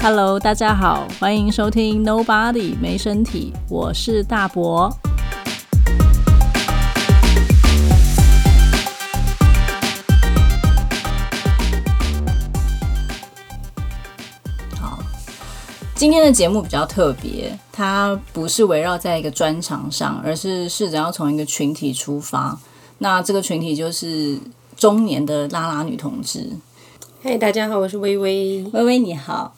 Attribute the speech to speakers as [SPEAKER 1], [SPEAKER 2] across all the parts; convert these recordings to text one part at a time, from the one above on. [SPEAKER 1] Hello，大家好，欢迎收听 Nobody 没身体，我是大伯。好，今天的节目比较特别，它不是围绕在一个专长上，而是试着要从一个群体出发。那这个群体就是中年的拉拉女同志。
[SPEAKER 2] 嗨，大家好，我是微微。
[SPEAKER 1] 微微你好，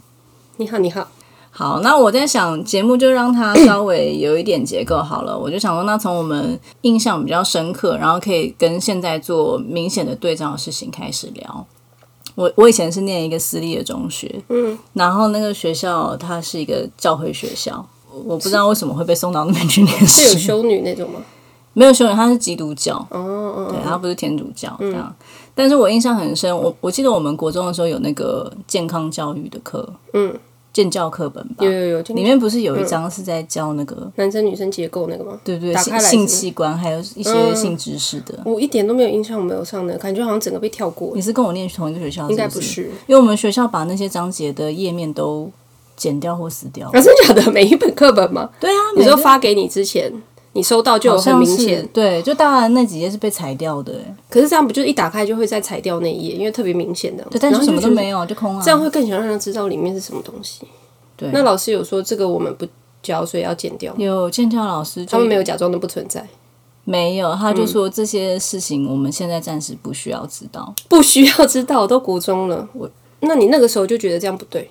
[SPEAKER 2] 你好，你好。
[SPEAKER 1] 好，那我在想节目就让它稍微有一点结构好了。我就想说，那从我们印象比较深刻，然后可以跟现在做明显的对照的事情开始聊。我我以前是念一个私立的中学，嗯，然后那个学校它是一个教会学校，我不知道为什么会被送到那边去念
[SPEAKER 2] 是有
[SPEAKER 1] 书，
[SPEAKER 2] 修女那种吗？
[SPEAKER 1] 没有修女，它是基督教，
[SPEAKER 2] 哦哦，嗯
[SPEAKER 1] 对，它不是天主教这样。但是我印象很深，我我记得我们国中的时候有那个健康教育的课，
[SPEAKER 2] 嗯，
[SPEAKER 1] 健教课本吧，
[SPEAKER 2] 有有有，就
[SPEAKER 1] 里面不是有一章是在教那个，
[SPEAKER 2] 男生女生结构那个吗？
[SPEAKER 1] 对对，
[SPEAKER 2] 打
[SPEAKER 1] 性
[SPEAKER 2] 开来
[SPEAKER 1] 性
[SPEAKER 2] 是嗯
[SPEAKER 1] 器官，还有一些性知识的。
[SPEAKER 2] 我一点都没有印象，我没有上的，感觉好像整个被跳过，
[SPEAKER 1] 你是跟我念同一个学校是是？
[SPEAKER 2] 应该不是。
[SPEAKER 1] 因为我们学校把那些章节的页面都剪掉或撕掉。
[SPEAKER 2] 啊，真的假的？ 每一本课本吗？
[SPEAKER 1] 对啊，
[SPEAKER 2] 你说
[SPEAKER 1] 每个
[SPEAKER 2] 发给你之前，你收到就有
[SPEAKER 1] 好
[SPEAKER 2] 很
[SPEAKER 1] 像
[SPEAKER 2] 明
[SPEAKER 1] 是
[SPEAKER 2] 显，
[SPEAKER 1] 对，就大家那几页是被裁掉的、欸，
[SPEAKER 2] 可是这样不就一打开就会再裁掉那一页，因为特别明显的。
[SPEAKER 1] 对，但
[SPEAKER 2] 然
[SPEAKER 1] 是
[SPEAKER 2] 后
[SPEAKER 1] 什
[SPEAKER 2] 就
[SPEAKER 1] 么都
[SPEAKER 2] 觉得
[SPEAKER 1] 没有，就空啊。
[SPEAKER 2] 这样会更想让人知道里面是什么东西。
[SPEAKER 1] 对
[SPEAKER 2] 那老师有说这个我们不教，所以要剪掉吗。
[SPEAKER 1] 有建教老师
[SPEAKER 2] 他
[SPEAKER 1] 就
[SPEAKER 2] 们没有嗯假装的不存在，
[SPEAKER 1] 没有，他就说这些事情我们现在暂时不需要知道。
[SPEAKER 2] 不需要知道，都国中了。我，那你那个时候就觉得这样不对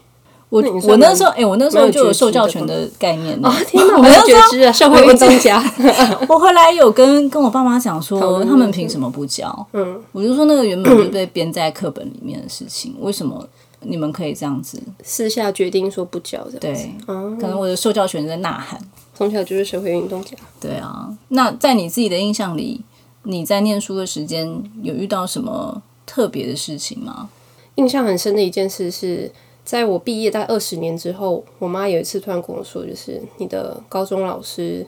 [SPEAKER 1] 我
[SPEAKER 2] 那你算
[SPEAKER 1] 我那
[SPEAKER 2] 蛮
[SPEAKER 1] 时候，哎、我那时
[SPEAKER 2] 蛮
[SPEAKER 1] 候
[SPEAKER 2] 有
[SPEAKER 1] 就有
[SPEAKER 2] 觉知
[SPEAKER 1] 受教
[SPEAKER 2] 的
[SPEAKER 1] 权
[SPEAKER 2] 吧
[SPEAKER 1] 的概念呢
[SPEAKER 2] 啊！天哪，
[SPEAKER 1] 我
[SPEAKER 2] 我
[SPEAKER 1] 那
[SPEAKER 2] 要
[SPEAKER 1] 时
[SPEAKER 2] 觉
[SPEAKER 1] 候
[SPEAKER 2] 知啊，社会运动家。
[SPEAKER 1] 我后来有跟跟我爸妈讲
[SPEAKER 2] 讨
[SPEAKER 1] 说，
[SPEAKER 2] 论
[SPEAKER 1] 他们凭什么不教？嗯，我就说那个原本就被编在课本里面的事情，为什么你们可以这样子？
[SPEAKER 2] 私下决定说不教这样子。
[SPEAKER 1] 对，可能我的受教权在呐喊。
[SPEAKER 2] 从小就是社会运动家。
[SPEAKER 1] 对啊，那在你自己的印象里，你在念书的时间有遇到什么特别的事情吗？
[SPEAKER 2] 印象很深的一件事是，在我毕业大概二十年之后，我妈有一次突然跟我说，就是你的高中老师、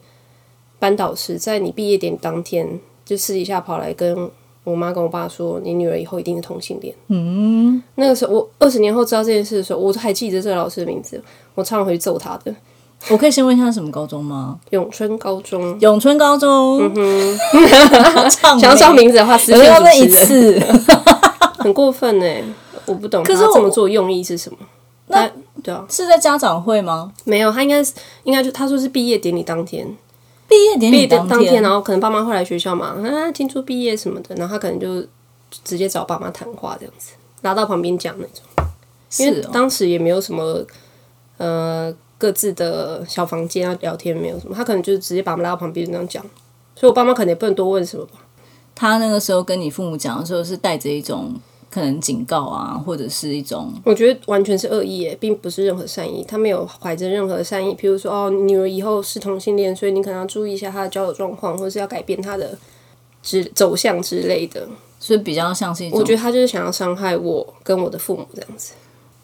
[SPEAKER 2] 班导师在你毕业典礼当天，就私底下跑来跟我妈跟我爸说，你女儿以后一定是同性恋。嗯，那个时候我二十年后知道这件事的时候，我都还记得这个老师的名字，我常常回去揍他的。
[SPEAKER 1] 我可以先问一下是什么高中吗？
[SPEAKER 2] 永春高 中，
[SPEAKER 1] 永春高中。 唱
[SPEAKER 2] 嗯想要
[SPEAKER 1] 上
[SPEAKER 2] 上名字的话，私
[SPEAKER 1] 只
[SPEAKER 2] 信
[SPEAKER 1] 要
[SPEAKER 2] 主
[SPEAKER 1] 那
[SPEAKER 2] 持
[SPEAKER 1] 一
[SPEAKER 2] 人。
[SPEAKER 1] 次。
[SPEAKER 2] 很过分哎、我不懂
[SPEAKER 1] 可
[SPEAKER 2] 他
[SPEAKER 1] 是我
[SPEAKER 2] 这么做用意是什么。他对啊，
[SPEAKER 1] 是在家长会吗？
[SPEAKER 2] 没有，他应该是应该就他说是毕业典礼当天，
[SPEAKER 1] 毕业典
[SPEAKER 2] 毕业
[SPEAKER 1] 礼
[SPEAKER 2] 典
[SPEAKER 1] 嗯当
[SPEAKER 2] 礼天，啊然后可能爸妈会来学校嘛，啊，庆祝毕业什么的，然后他可能就直接找爸妈谈话这样子，拉到旁边讲那种，因为
[SPEAKER 1] 是哦
[SPEAKER 2] 当时也没有什么呃各自的小房间啊聊天没有什么，他可能就直接把我们拉到旁边那样讲，所以我爸妈可能也不能多问什么吧，
[SPEAKER 1] 他那个时候跟你父母讲的时候，是带着一种可能警告啊，或者是一种
[SPEAKER 2] 我觉得完全是恶意耶，并不是任何善意。他没有怀着任何善意，譬如说哦，你女儿以后是同性恋，所以你可能要注意一下她的交友状况，或是要改变她的之走向之类的。
[SPEAKER 1] 所以比较像是一种。
[SPEAKER 2] 我觉得他就是想要伤害我跟我的父母这样子。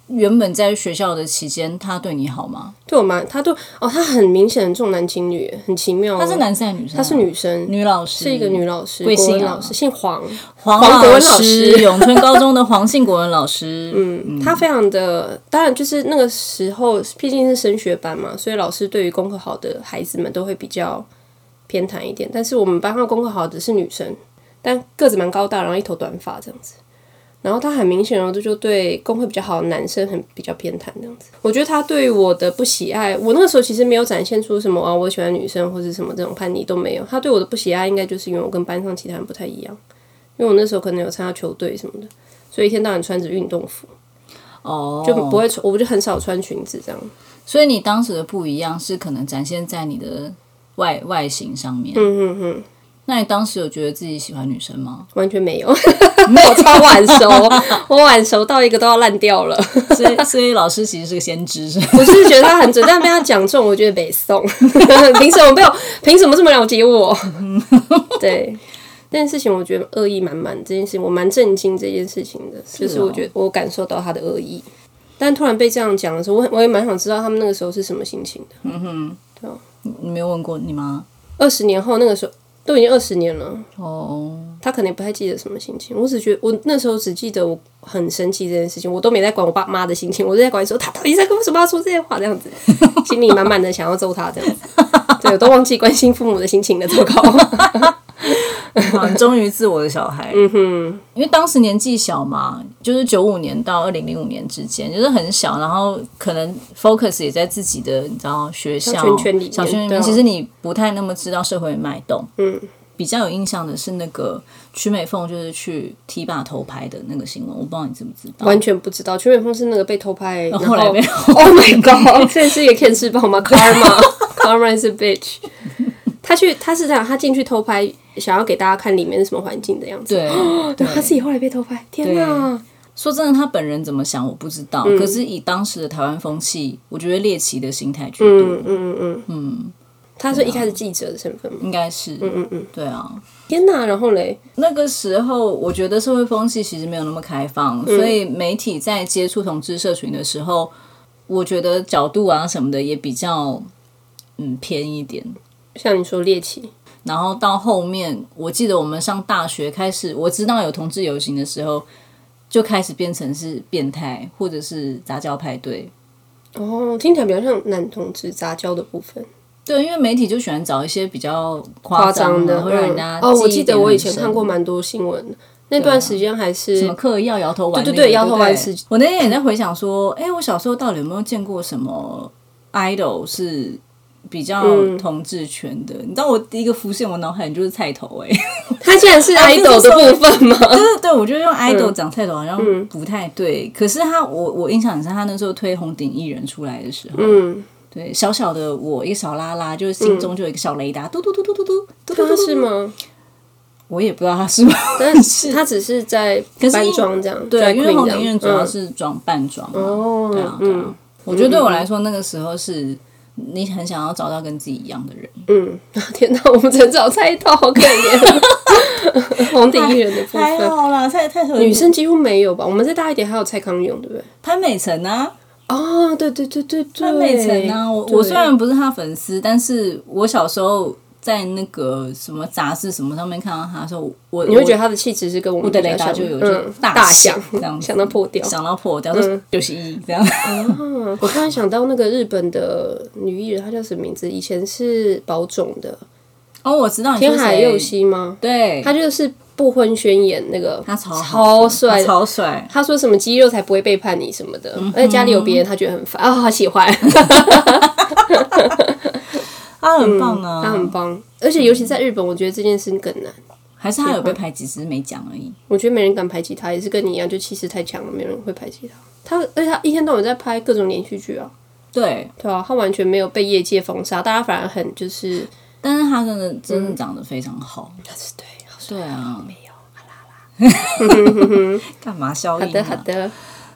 [SPEAKER 1] 原本在学校的期间，他对你好吗？
[SPEAKER 2] 对我妈，她对哦，她很明显很重男轻女，很奇妙、哦。
[SPEAKER 1] 他是，男生还是女生、啊
[SPEAKER 2] 她是，女生，
[SPEAKER 1] 女老师
[SPEAKER 2] 是一个女老师，
[SPEAKER 1] 贵
[SPEAKER 2] 国
[SPEAKER 1] 姓啊
[SPEAKER 2] 文老师，姓黄。
[SPEAKER 1] 黄
[SPEAKER 2] 黄国文
[SPEAKER 1] 老
[SPEAKER 2] 老
[SPEAKER 1] 师，
[SPEAKER 2] 师
[SPEAKER 1] 永春高中的黄姓国文老师。嗯，
[SPEAKER 2] 他非常的，当然就是那个时候，毕竟是升学班嘛，所以老师对于功课好的孩子们都会比较偏袒一点。但是我们班上功课好的是女生，但个子蛮高大，然后一头短发这样子。然后他很明显哦，这就对功课比较好的男生很比较偏袒这样子。我觉得他对我的不喜爱，我那个时候其实没有展现出什么啊，我喜欢女生或是什么这种叛逆都没有。他对我的不喜爱，应该就是因为我跟班上其他人不太一样，因为我那时候可能有参加球队什么的，所以一天到晚穿着运动服。
[SPEAKER 1] 哦，
[SPEAKER 2] 就不会穿，我就很少穿裙子这样。
[SPEAKER 1] 所以你当时的不一样是可能展现在你的外外形上面。嗯嗯嗯。那你当时有觉得自己喜欢女生吗？
[SPEAKER 2] 完全没有，我超晚熟，我晚熟到一个都要烂掉了。
[SPEAKER 1] 所以所以老师其实是个先知，是吗
[SPEAKER 2] 我是觉得他很准，但被他讲中，我觉得北宋， 凭什么被我？凭什么这么了解我？对这件事情，我觉得恶意满满。这件事情我蛮震惊，这件事情的，就是我觉得我感受到他的恶意。但突然被这样讲的时候，我很我也蛮想知道他们那个时候是什么心情的。
[SPEAKER 1] 你没有问过你吗？
[SPEAKER 2] 二十年后那个时候，都已经二十年了，
[SPEAKER 1] 哦，
[SPEAKER 2] 他可能也不太记得什么心情。我只觉得我那时候只记得我很生气这件事情，我都没在管我爸妈的心情，我都在管说他到底在为什么要说这些话这 样子，心里满满的想要揍他这样子。对，我都忘记关心父母的心情了，糟糕。
[SPEAKER 1] 哇你啊忠于自我的小孩，嗯哼，因为当时年纪小嘛，就是九五年到二零零五年之间，就是很小，然后可能 focus 也在自己的你知道学校
[SPEAKER 2] 小圈圈里面
[SPEAKER 1] 小圈圈里
[SPEAKER 2] 对
[SPEAKER 1] 面，
[SPEAKER 2] 啊
[SPEAKER 1] 其实你不太那么知道社会脉动。
[SPEAKER 2] 嗯，
[SPEAKER 1] 比较有印象的是那个曲美凤，就是去提拔头牌的那个新闻，我不知道你知不知道。
[SPEAKER 2] 完全不知道，全美峰是那个被偷拍，然
[SPEAKER 1] 哦后来被
[SPEAKER 2] Oh my God，这是一个骗吃包吗？Karma，Karma is a bitch。他去，他是这样，他进去偷拍，想要给大家看里面是什么环境的样子。
[SPEAKER 1] 对，
[SPEAKER 2] 对，他自己后来被偷拍，天哪！
[SPEAKER 1] 说真的，他本人怎么想我不知道，
[SPEAKER 2] 嗯
[SPEAKER 1] 可是以当时的台湾风气，我觉得猎奇的心态居多，
[SPEAKER 2] 嗯嗯嗯嗯嗯，他是一开始记者的身份嘛？
[SPEAKER 1] 应该是，嗯嗯嗯，对啊，
[SPEAKER 2] 天哪！然后嘞，
[SPEAKER 1] 那个时候，我觉得社会风气其实没有那么开放，
[SPEAKER 2] 嗯
[SPEAKER 1] 所以媒体在接触同志社群的时候，我觉得角度啊什么的也比较嗯偏一点。
[SPEAKER 2] 像你说猎奇，
[SPEAKER 1] 然后到后面，我记得我们上大学开始，我知道有同志游行的时候，就开始变成是变态或者是杂交派对。
[SPEAKER 2] 哦，听起来比较像男同志杂交的部分，
[SPEAKER 1] 对，因为媒体就喜欢找一些比较夸
[SPEAKER 2] 夸
[SPEAKER 1] 张啊
[SPEAKER 2] 张的。
[SPEAKER 1] 会让人家
[SPEAKER 2] 嗯哦，我
[SPEAKER 1] 忆
[SPEAKER 2] 记得
[SPEAKER 1] 点
[SPEAKER 2] 我
[SPEAKER 1] 很
[SPEAKER 2] 以前
[SPEAKER 1] 深啊
[SPEAKER 2] 看过蛮多新闻，那段时间还是
[SPEAKER 1] 什么嗑药、摇头丸那个，
[SPEAKER 2] 对对对
[SPEAKER 1] 对
[SPEAKER 2] 摇头丸
[SPEAKER 1] 是
[SPEAKER 2] 是。
[SPEAKER 1] 我那天也在回想说，哎、我小时候到底有没有见过什么 idol 是比较
[SPEAKER 2] 嗯
[SPEAKER 1] 同志圈的？你知道我第一个浮现我脑海里就是菜头、哎，
[SPEAKER 2] 他 竟然是 idol 的部分吗？
[SPEAKER 1] 对对，我觉得用
[SPEAKER 2] 嗯
[SPEAKER 1] idol 讲菜头好像不太对。可是他，我我印象很深，他那时候推红顶艺人出来的时候，
[SPEAKER 2] 嗯，
[SPEAKER 1] 对小小的我一个小拉拉，就是心中就有一个小雷达，嘟嘟嘟嘟嘟嘟嘟嘟
[SPEAKER 2] 他
[SPEAKER 1] 嘟
[SPEAKER 2] 啊是
[SPEAKER 1] 嘟，
[SPEAKER 2] 吗？
[SPEAKER 1] 我也不知道他是不
[SPEAKER 2] 但
[SPEAKER 1] 是
[SPEAKER 2] 是他只是在
[SPEAKER 1] 是
[SPEAKER 2] 扮
[SPEAKER 1] 因
[SPEAKER 2] 装这样，
[SPEAKER 1] 对，
[SPEAKER 2] drag
[SPEAKER 1] 因为
[SPEAKER 2] queen
[SPEAKER 1] 红
[SPEAKER 2] 这样
[SPEAKER 1] 顶艺人主要
[SPEAKER 2] 嗯
[SPEAKER 1] 是装扮装嘛，
[SPEAKER 2] 哦
[SPEAKER 1] 对啊，对啊
[SPEAKER 2] 嗯。
[SPEAKER 1] 我觉得对我来说，那个时候是你很想要找到跟自己一样的人，
[SPEAKER 2] 嗯，天哪，我们只能找菜刀，好 可怜。啊红顶艺人的部分，
[SPEAKER 1] 好啦，蔡蔡
[SPEAKER 2] 女生几乎没有吧？我们再大一点还有蔡康永，对不对？
[SPEAKER 1] 潘美辰啊，
[SPEAKER 2] 哦，对对对对对，
[SPEAKER 1] 潘美辰啊，我
[SPEAKER 2] 对
[SPEAKER 1] 我虽然不是她粉丝，但是我小时候在那个什么杂志什么上面看到她的时候，我
[SPEAKER 2] 你会觉得
[SPEAKER 1] 得
[SPEAKER 2] 她的气质是跟我们
[SPEAKER 1] 的
[SPEAKER 2] 比较
[SPEAKER 1] 雷达
[SPEAKER 2] 像
[SPEAKER 1] 就有
[SPEAKER 2] 的
[SPEAKER 1] 就
[SPEAKER 2] 嗯
[SPEAKER 1] 大
[SPEAKER 2] 大
[SPEAKER 1] 响
[SPEAKER 2] 响
[SPEAKER 1] 这样子
[SPEAKER 2] 想到破掉。
[SPEAKER 1] 想到破掉，就是九十一这样，
[SPEAKER 2] 嗯我突然想到那个日本的女艺人，她叫什么名字？以前是宝冢的
[SPEAKER 1] 哦，我知道你说
[SPEAKER 2] 天海
[SPEAKER 1] 谁
[SPEAKER 2] 佑，希吗？
[SPEAKER 1] 对，
[SPEAKER 2] 他就是不婚宣言那个，
[SPEAKER 1] 他超
[SPEAKER 2] 超帅
[SPEAKER 1] 他。超嗯帅，
[SPEAKER 2] 他说什么肌肉才不会背叛你什么的，而且家里有别人，他觉得很烦啊，好喜欢，
[SPEAKER 1] 他很棒啊，
[SPEAKER 2] 嗯他很棒。而且尤其在日本，我觉得这件事情更难。
[SPEAKER 1] 还是他有被排挤，只是没讲而已。
[SPEAKER 2] 我觉得没人敢排挤他，也是跟你一样，就气势太强了，没人会排挤他。他而且他一天到晚在拍各种连续剧啊，
[SPEAKER 1] 对，
[SPEAKER 2] 对啊，他完全没有被业界封杀，大家反而很就是，
[SPEAKER 1] 但是他真的真的长得非常好，
[SPEAKER 2] 对，好
[SPEAKER 1] 嗯对啊，
[SPEAKER 2] 没有。
[SPEAKER 1] 干嘛消
[SPEAKER 2] 好
[SPEAKER 1] 音、啊？
[SPEAKER 2] 的，好的，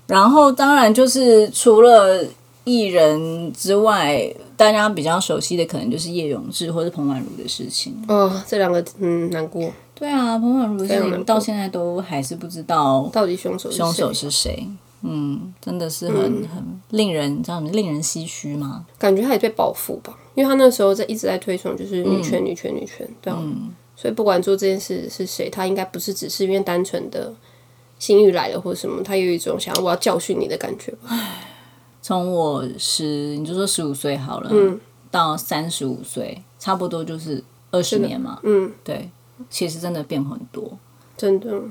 [SPEAKER 1] 然后当然就是除了艺人之外，大家比较熟悉的可能就是叶永志或是彭婉如的事情。
[SPEAKER 2] 哦，这两个嗯难过，
[SPEAKER 1] 对啊，彭婉如的事
[SPEAKER 2] 非常
[SPEAKER 1] 情
[SPEAKER 2] 难
[SPEAKER 1] 到
[SPEAKER 2] 过
[SPEAKER 1] 现在都还是不知道
[SPEAKER 2] 到底凶手是谁
[SPEAKER 1] 凶手是谁。嗯，真的是很、很令人，你知道吗？令人唏嘘吗？
[SPEAKER 2] 感觉他也被报复吧，因为他那时候在一直在推崇就是
[SPEAKER 1] 嗯
[SPEAKER 2] 女权、女权、女权，对啊，所以不管做这件事是谁，他应该不是只是因为单纯的性欲来了或者什么，他有一种想要我要教训你的感觉吧，
[SPEAKER 1] 从我十，你就说十五岁好了，到三十五岁，差不多就是二十年嘛。
[SPEAKER 2] 嗯，
[SPEAKER 1] 对，其实真的变很多，
[SPEAKER 2] 真的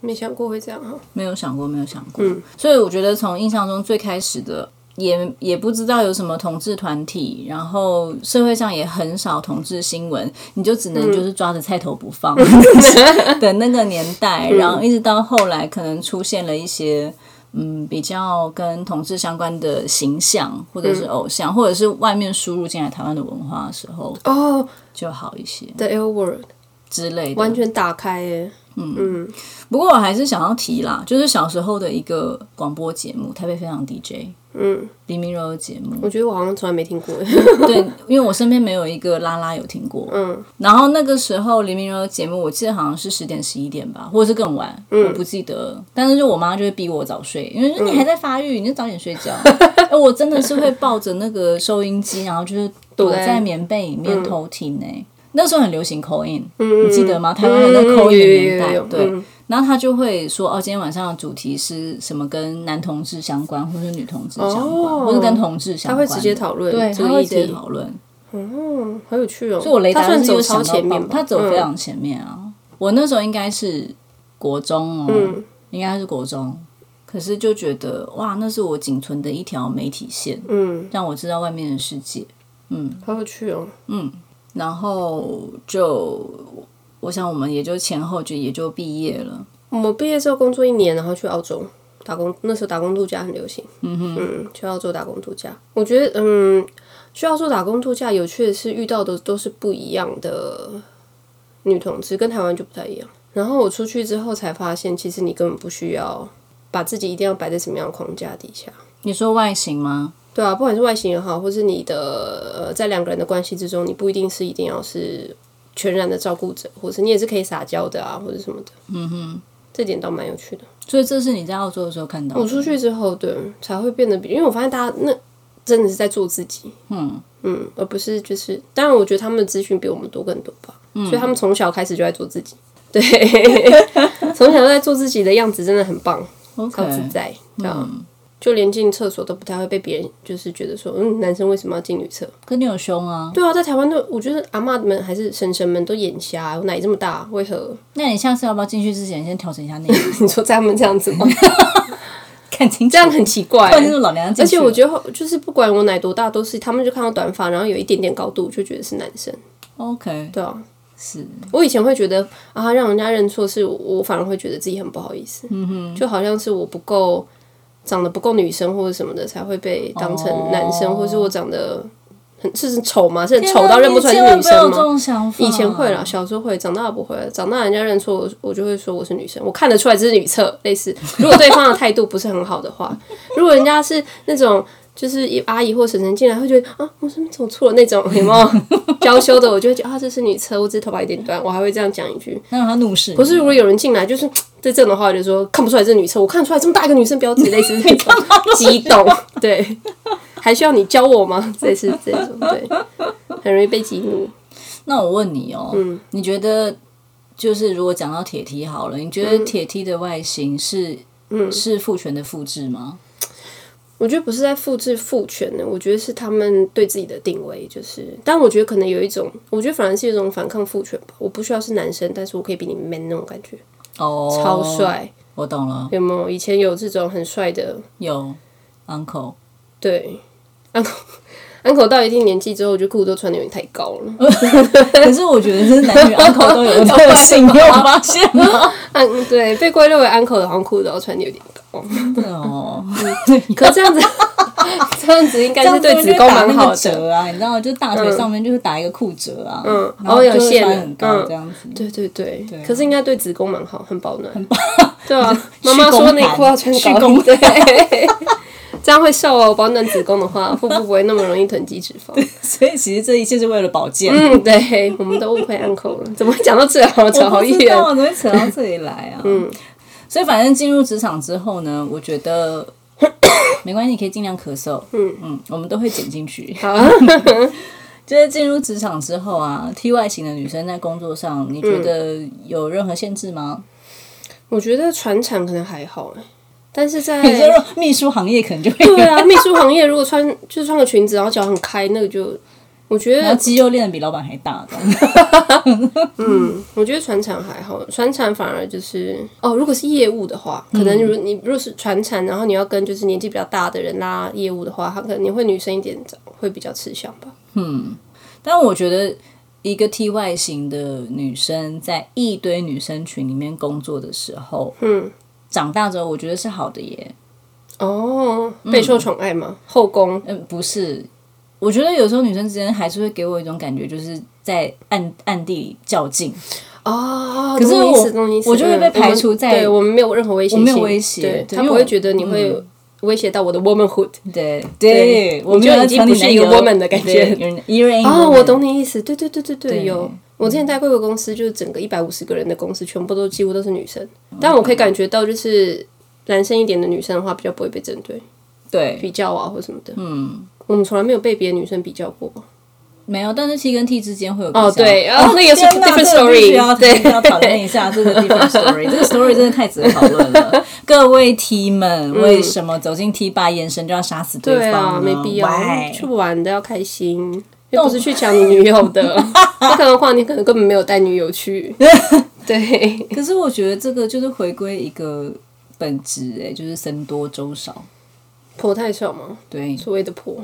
[SPEAKER 2] 没想过会这样哈，
[SPEAKER 1] 没有想过，没有想过。
[SPEAKER 2] 嗯
[SPEAKER 1] 所以我觉得从印象中最开始的，也也不知道有什么同志团体，然后社会上也很少同志新闻，你就只能
[SPEAKER 2] 嗯
[SPEAKER 1] 就是抓着菜头不 放的那个年代，
[SPEAKER 2] 嗯
[SPEAKER 1] 然后一直到后来可能出现了一些。嗯，比较跟同志相关的形象，或
[SPEAKER 2] 嗯
[SPEAKER 1] 者是偶像，或者是外面输入进来台湾的文化的时候，
[SPEAKER 2] 哦、
[SPEAKER 1] 就好一些
[SPEAKER 2] t h e L word
[SPEAKER 1] 之类的。嗯
[SPEAKER 2] 完全嗯打开耶，
[SPEAKER 1] 不过我还是想要提啦，就是小时候的一个广播节目《台北非常 DJ》，
[SPEAKER 2] 嗯，
[SPEAKER 1] 黎明柔的节目。
[SPEAKER 2] 我觉得我好像从来没听过耶，
[SPEAKER 1] 对，因为我身边没有一个拉拉有听过。
[SPEAKER 2] 嗯，
[SPEAKER 1] 然后那个时候黎明柔的节目，我记得好像是十点十一点吧，或者是更晚，我不记得了。但是就我妈就会逼我早睡，因为说你还在发育，你就早点睡觉。哎，我真的是会抱着那个收音机，然后就是躲
[SPEAKER 2] 躲在
[SPEAKER 1] 在棉被里面偷听呢、欸那时候很流行口音，你记得吗？台湾人在口音的年代，对。然后他就会说，哦，今天晚上的主题是什么？跟男同志相关，或是女同志相关，
[SPEAKER 2] 哦
[SPEAKER 1] 或是跟同志相
[SPEAKER 2] 他
[SPEAKER 1] 关
[SPEAKER 2] 会
[SPEAKER 1] 的。
[SPEAKER 2] 直接讨论
[SPEAKER 1] 对，
[SPEAKER 2] 这
[SPEAKER 1] 他
[SPEAKER 2] 个
[SPEAKER 1] 会
[SPEAKER 2] 议
[SPEAKER 1] 直接
[SPEAKER 2] 题，
[SPEAKER 1] 讨论。
[SPEAKER 2] 嗯，好有趣哦。
[SPEAKER 1] 所以我雷达
[SPEAKER 2] 他算
[SPEAKER 1] 是有
[SPEAKER 2] 走
[SPEAKER 1] 想
[SPEAKER 2] 超
[SPEAKER 1] 到
[SPEAKER 2] 前面
[SPEAKER 1] 报
[SPEAKER 2] 吧，
[SPEAKER 1] 他走
[SPEAKER 2] 嗯
[SPEAKER 1] 非常前面啊。我那时候应该是国中哦，
[SPEAKER 2] 嗯
[SPEAKER 1] 应该是国中，可是就觉得哇，那是我仅存的一条媒体线，
[SPEAKER 2] 嗯，
[SPEAKER 1] 让我知道外面的世界。
[SPEAKER 2] 好有趣哦。
[SPEAKER 1] 然后就，我想我们也就前后就也就毕业了。
[SPEAKER 2] 我毕业之后工作一年，然后去澳洲打工，那时候打工度假很流行。嗯哼，嗯，去澳洲打工度假，我觉得嗯，去澳洲打工度假有趣的是遇到的都是不一样的女同志，跟台湾就不太一样。然后我出去之后才发现，其实你根本不需要把自己一定要摆在什么样的框架底下。
[SPEAKER 1] 你说外形吗？
[SPEAKER 2] 对啊，不管是外形也好，或是你的呃，在两个人的关系之中，你不一定是一定要是全然的照顾者，或是你也是可以撒娇的啊，或者什么的。嗯哼，这点倒蛮有趣的。
[SPEAKER 1] 所以这是你在澳洲的时候看到
[SPEAKER 2] 我
[SPEAKER 1] 的。
[SPEAKER 2] 出去之后，对才会变得比，因为我发现大家那真的是在做自己，
[SPEAKER 1] 嗯
[SPEAKER 2] 嗯，而不是就是，当然我觉得他们的资讯比我们多更多吧，所以他们从小开始就在做自己，对， 从小就在做自己的样子，真的很棒，超自
[SPEAKER 1] ，OK，
[SPEAKER 2] 在，对啊。就连进厕所都不太会被别人，就是觉得说，嗯，男生为什么要进女厕？
[SPEAKER 1] 可你有胸啊？
[SPEAKER 2] 对啊，在台湾都，我觉得阿嬷们还是婶婶们都眼瞎，我奶这么大，为何？
[SPEAKER 1] 那你下次要不要进去之前先调整一下内容，
[SPEAKER 2] 你说在他们这样子吗？
[SPEAKER 1] 看清楚
[SPEAKER 2] 这样很奇怪、
[SPEAKER 1] 不然就是老娘要进去
[SPEAKER 2] 而且
[SPEAKER 1] 了。
[SPEAKER 2] 我觉得就是不管我奶多大，都是他们就看到短发，然后有一点点高度，就觉得是男生。
[SPEAKER 1] OK
[SPEAKER 2] 对啊，
[SPEAKER 1] 是
[SPEAKER 2] 我以前会觉得啊，让人家认错是我反而会觉得自己很不好意思，嗯哼，就好像是我不够长得不够女生或者什么的，才会被当成男生，
[SPEAKER 1] 哦
[SPEAKER 2] 或是我长得很是很丑吗？是很丑
[SPEAKER 1] 天哪
[SPEAKER 2] 到认不出来
[SPEAKER 1] 你千
[SPEAKER 2] 是女
[SPEAKER 1] 万不要有
[SPEAKER 2] 生
[SPEAKER 1] 这
[SPEAKER 2] 吗？
[SPEAKER 1] 种想法，
[SPEAKER 2] 以前会
[SPEAKER 1] 嗯
[SPEAKER 2] 啦，小时候会，长大不会了。长大人家认错，我我就会说我是女生，我看得出来这是女厕，类似。如果对方的态度不是很好的话， 如果人家是那种就是一阿姨或婶婶进来，会觉得啊，我是不是走错了那种，有没有娇羞的？我就会觉得啊，这是女厕，我只是头发有点短，我还会这样讲一句。
[SPEAKER 1] 那让他怒视你。
[SPEAKER 2] 不是，如果有人进来就是对这种的话，我就说看不出来这是女厕，我看得出来这么大一个女生标志，类似那种激动，对，还需要你教我吗？类似这种，对，很容易被激怒。
[SPEAKER 1] 那我问你哦，
[SPEAKER 2] 嗯
[SPEAKER 1] 你觉得就是如果讲到铁梯好了，你觉
[SPEAKER 2] 嗯
[SPEAKER 1] 得铁梯的外形是、是父权的复制吗？
[SPEAKER 2] 我觉得不是在复制父权的，我觉得是他们对自己的定位，就是，但我觉得可能有一种，我觉得反而是一种反抗父权吧。我不需要是男生，但是我可以比你 man 那种感觉，
[SPEAKER 1] 哦，
[SPEAKER 2] 超，帅，
[SPEAKER 1] 我懂了，
[SPEAKER 2] 有没有？以前有这种很帅的，
[SPEAKER 1] 有 uncle，
[SPEAKER 2] 对，uncle uncle 到一定年纪之后，我觉得裤子都穿的有点太高了。
[SPEAKER 1] 呃可是我觉得是男女 uncle 都有的特性，你有发现吗？
[SPEAKER 2] 嗯，对，被归类为 uncle 的，好像裤子都要穿的有点高。
[SPEAKER 1] 哦，
[SPEAKER 2] 可这样子， 这样子应该是对子宫蛮好
[SPEAKER 1] 这样子就会打
[SPEAKER 2] 的。
[SPEAKER 1] 那个折啊，你知道，就大腿上面就是打一个裤折啊，
[SPEAKER 2] 嗯
[SPEAKER 1] 然后
[SPEAKER 2] 哦有
[SPEAKER 1] 就会
[SPEAKER 2] 线
[SPEAKER 1] 翻很高
[SPEAKER 2] 嗯
[SPEAKER 1] 这样子，
[SPEAKER 2] 对对对，
[SPEAKER 1] 啊
[SPEAKER 2] 可是应该对子宫蛮好，很保暖。
[SPEAKER 1] 棒
[SPEAKER 2] 对啊，
[SPEAKER 1] 去
[SPEAKER 2] 妈妈
[SPEAKER 1] 公
[SPEAKER 2] 说内
[SPEAKER 1] 盘
[SPEAKER 2] 裤要穿
[SPEAKER 1] 去
[SPEAKER 2] 高
[SPEAKER 1] 公
[SPEAKER 2] 一点，对， 这样会瘦哦。保暖子宫的话，腹部不会那么容易囤积脂 肪。
[SPEAKER 1] 所以其实这一切是为了保健。
[SPEAKER 2] 嗯，对，我们都误会 uncle 了，怎么会讲到这好 扯
[SPEAKER 1] 我
[SPEAKER 2] 好
[SPEAKER 1] 不知
[SPEAKER 2] 远？
[SPEAKER 1] 道怎么会扯到这里来啊？嗯， 所以反正进入职场之后呢，我觉 得没关系，你可以尽量咳嗽。嗯嗯，我们都会剪进去。
[SPEAKER 2] 好啊，
[SPEAKER 1] 就是进入职场之后啊，T 外型的女生在工作上，你
[SPEAKER 2] 嗯
[SPEAKER 1] 觉得有任何限制吗？
[SPEAKER 2] 我觉得传产可能还好哎，但是在
[SPEAKER 1] 你说秘书行业可能就 会，
[SPEAKER 2] 对啊，秘书行业如果穿就是穿个裙子，然后脚很开，那个就我觉
[SPEAKER 1] 然
[SPEAKER 2] 得
[SPEAKER 1] 后肌肉练的比老板还大这样。
[SPEAKER 2] 我觉得船产还好，船产反而就是哦，如果是业务的话，可
[SPEAKER 1] 嗯
[SPEAKER 2] 能如你如果是船产，然后你要跟就是年纪比较大的人拉业务的话，他可能你会女生一点，会比较吃香吧。
[SPEAKER 1] 但我觉得一个 T 外型的女生在一堆女生群里面工作的时候，
[SPEAKER 2] 嗯，
[SPEAKER 1] 长大之后我觉得是好的耶。
[SPEAKER 2] 哦，备受宠爱嘛，后宫
[SPEAKER 1] 嗯，不是，我觉得有时候女生之间还是会给我一种感觉，就是在暗暗地较劲，
[SPEAKER 2] 哦，
[SPEAKER 1] 可是
[SPEAKER 2] 懂你意思
[SPEAKER 1] 我
[SPEAKER 2] 懂你意思
[SPEAKER 1] 我就会被
[SPEAKER 2] 嗯
[SPEAKER 1] 排除
[SPEAKER 2] 我们
[SPEAKER 1] 在
[SPEAKER 2] 对我们没有任何威胁性，
[SPEAKER 1] 我没有威胁
[SPEAKER 2] 对
[SPEAKER 1] 对
[SPEAKER 2] 他
[SPEAKER 1] 因为
[SPEAKER 2] 不
[SPEAKER 1] 我嗯
[SPEAKER 2] 会觉得你会威胁到我的 womanhood。
[SPEAKER 1] 对对，我没
[SPEAKER 2] 你就
[SPEAKER 1] 有要
[SPEAKER 2] 已经
[SPEAKER 1] 抢你
[SPEAKER 2] 不是
[SPEAKER 1] 那
[SPEAKER 2] 一个
[SPEAKER 1] 个
[SPEAKER 2] woman 的感觉
[SPEAKER 1] ，you're
[SPEAKER 2] 哦，我懂
[SPEAKER 1] 你，
[SPEAKER 2] 你意思，对对对对对，
[SPEAKER 1] 对
[SPEAKER 2] 有。我之前待过一个公司，就是整个一百五十个人的公司，全部都几乎都是女生，
[SPEAKER 1] 哦
[SPEAKER 2] 但我可以感觉到，就是男生一点的女生的话，比较不会被针对
[SPEAKER 1] 对，
[SPEAKER 2] 比较啊或什么的。嗯，我们从来没有被别的女生比较过吧？
[SPEAKER 1] 没有，但是 T 跟 T 之间会有比较
[SPEAKER 2] 哦，对，然后那也是
[SPEAKER 1] 天哪
[SPEAKER 2] different
[SPEAKER 1] 这个必须要
[SPEAKER 2] story，对，
[SPEAKER 1] 要讨论一下这个 different story，这个 story 真的太值得讨论 了。各位 T 们，为什么走进 T 吧眼神就要杀死
[SPEAKER 2] 对
[SPEAKER 1] 方
[SPEAKER 2] 啊，
[SPEAKER 1] 呢？
[SPEAKER 2] 没必要
[SPEAKER 1] Why？
[SPEAKER 2] 去玩的要开心，又不是去抢你女友的。不可能的话，你可能根本没有带女友 去。对，
[SPEAKER 1] 可是我觉得这个就是回归一个本质，哎，就是僧多粥少。
[SPEAKER 2] 婆太少嘛，
[SPEAKER 1] 对，
[SPEAKER 2] 所谓的婆，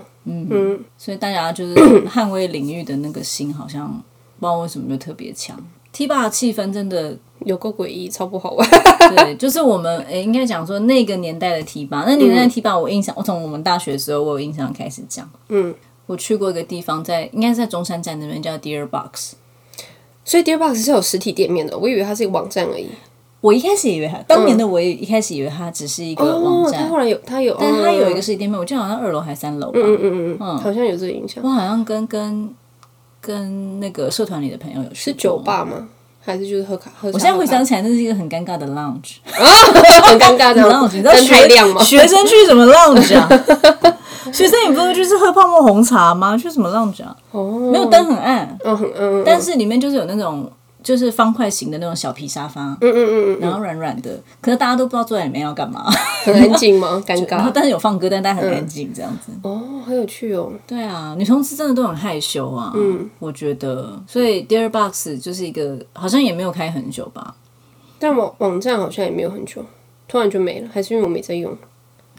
[SPEAKER 1] 所以大家 就是捍卫领域的那个心，好像不知道为什么就特别强。T 吧的气氛真的
[SPEAKER 2] 有够诡异，超不好玩。
[SPEAKER 1] 对，就是我们诶、应该讲说那个年代的提拔，那年代的提拔，我印象，我从我们大学的时候，我有印象开始讲。
[SPEAKER 2] 嗯，
[SPEAKER 1] 我去过一个地方在，应该是在中山站那边叫 Dear Box。
[SPEAKER 2] 所以 Dear Box 是有实体店面的，我以为它是一个网站而已。
[SPEAKER 1] 我一开始以为它，当年的我也一开始以为它只是一个网
[SPEAKER 2] 嗯哦，它
[SPEAKER 1] 站，
[SPEAKER 2] 后来有，它有，
[SPEAKER 1] 但它有一个
[SPEAKER 2] 哦，
[SPEAKER 1] 实体店面，我记得好像二楼还三楼吧。
[SPEAKER 2] 嗯嗯嗯嗯，好像有这个印象。
[SPEAKER 1] 我好像跟跟跟那个社团里的朋友有去
[SPEAKER 2] 是
[SPEAKER 1] 过
[SPEAKER 2] 酒。吧吗？还是就是喝咖？喝
[SPEAKER 1] 哦
[SPEAKER 2] 哦
[SPEAKER 1] 我
[SPEAKER 2] 我
[SPEAKER 1] 现在回想起来，那是一个很尴尬的 lounge。
[SPEAKER 2] 很尴尬，这样
[SPEAKER 1] lounge，你知道
[SPEAKER 2] 灯太
[SPEAKER 1] 学
[SPEAKER 2] 亮吗？
[SPEAKER 1] 学生去什么 lounge 啊？学生你不是就是喝泡沫红茶吗？去什么 lounge 啊？
[SPEAKER 2] 哦，
[SPEAKER 1] 没有灯很暗，
[SPEAKER 2] 嗯很嗯，
[SPEAKER 1] 但是里面就是有那种就是方块型的那种小皮沙发，嗯嗯嗯，然后软软的，可是大家都不知道坐在里面要干 嘛，
[SPEAKER 2] 很安静 吗？尴
[SPEAKER 1] 然后
[SPEAKER 2] 尬。
[SPEAKER 1] 但是有放歌，但大家很安静这样子。
[SPEAKER 2] 哦，好有趣哦。
[SPEAKER 1] 对啊，女同志真的都很害羞啊，嗯，我觉得，所以 Dear Box 就是一个好像也没有开很久吧，
[SPEAKER 2] 但网网站好像也没有很久，突然就没了，还是因为我没在用。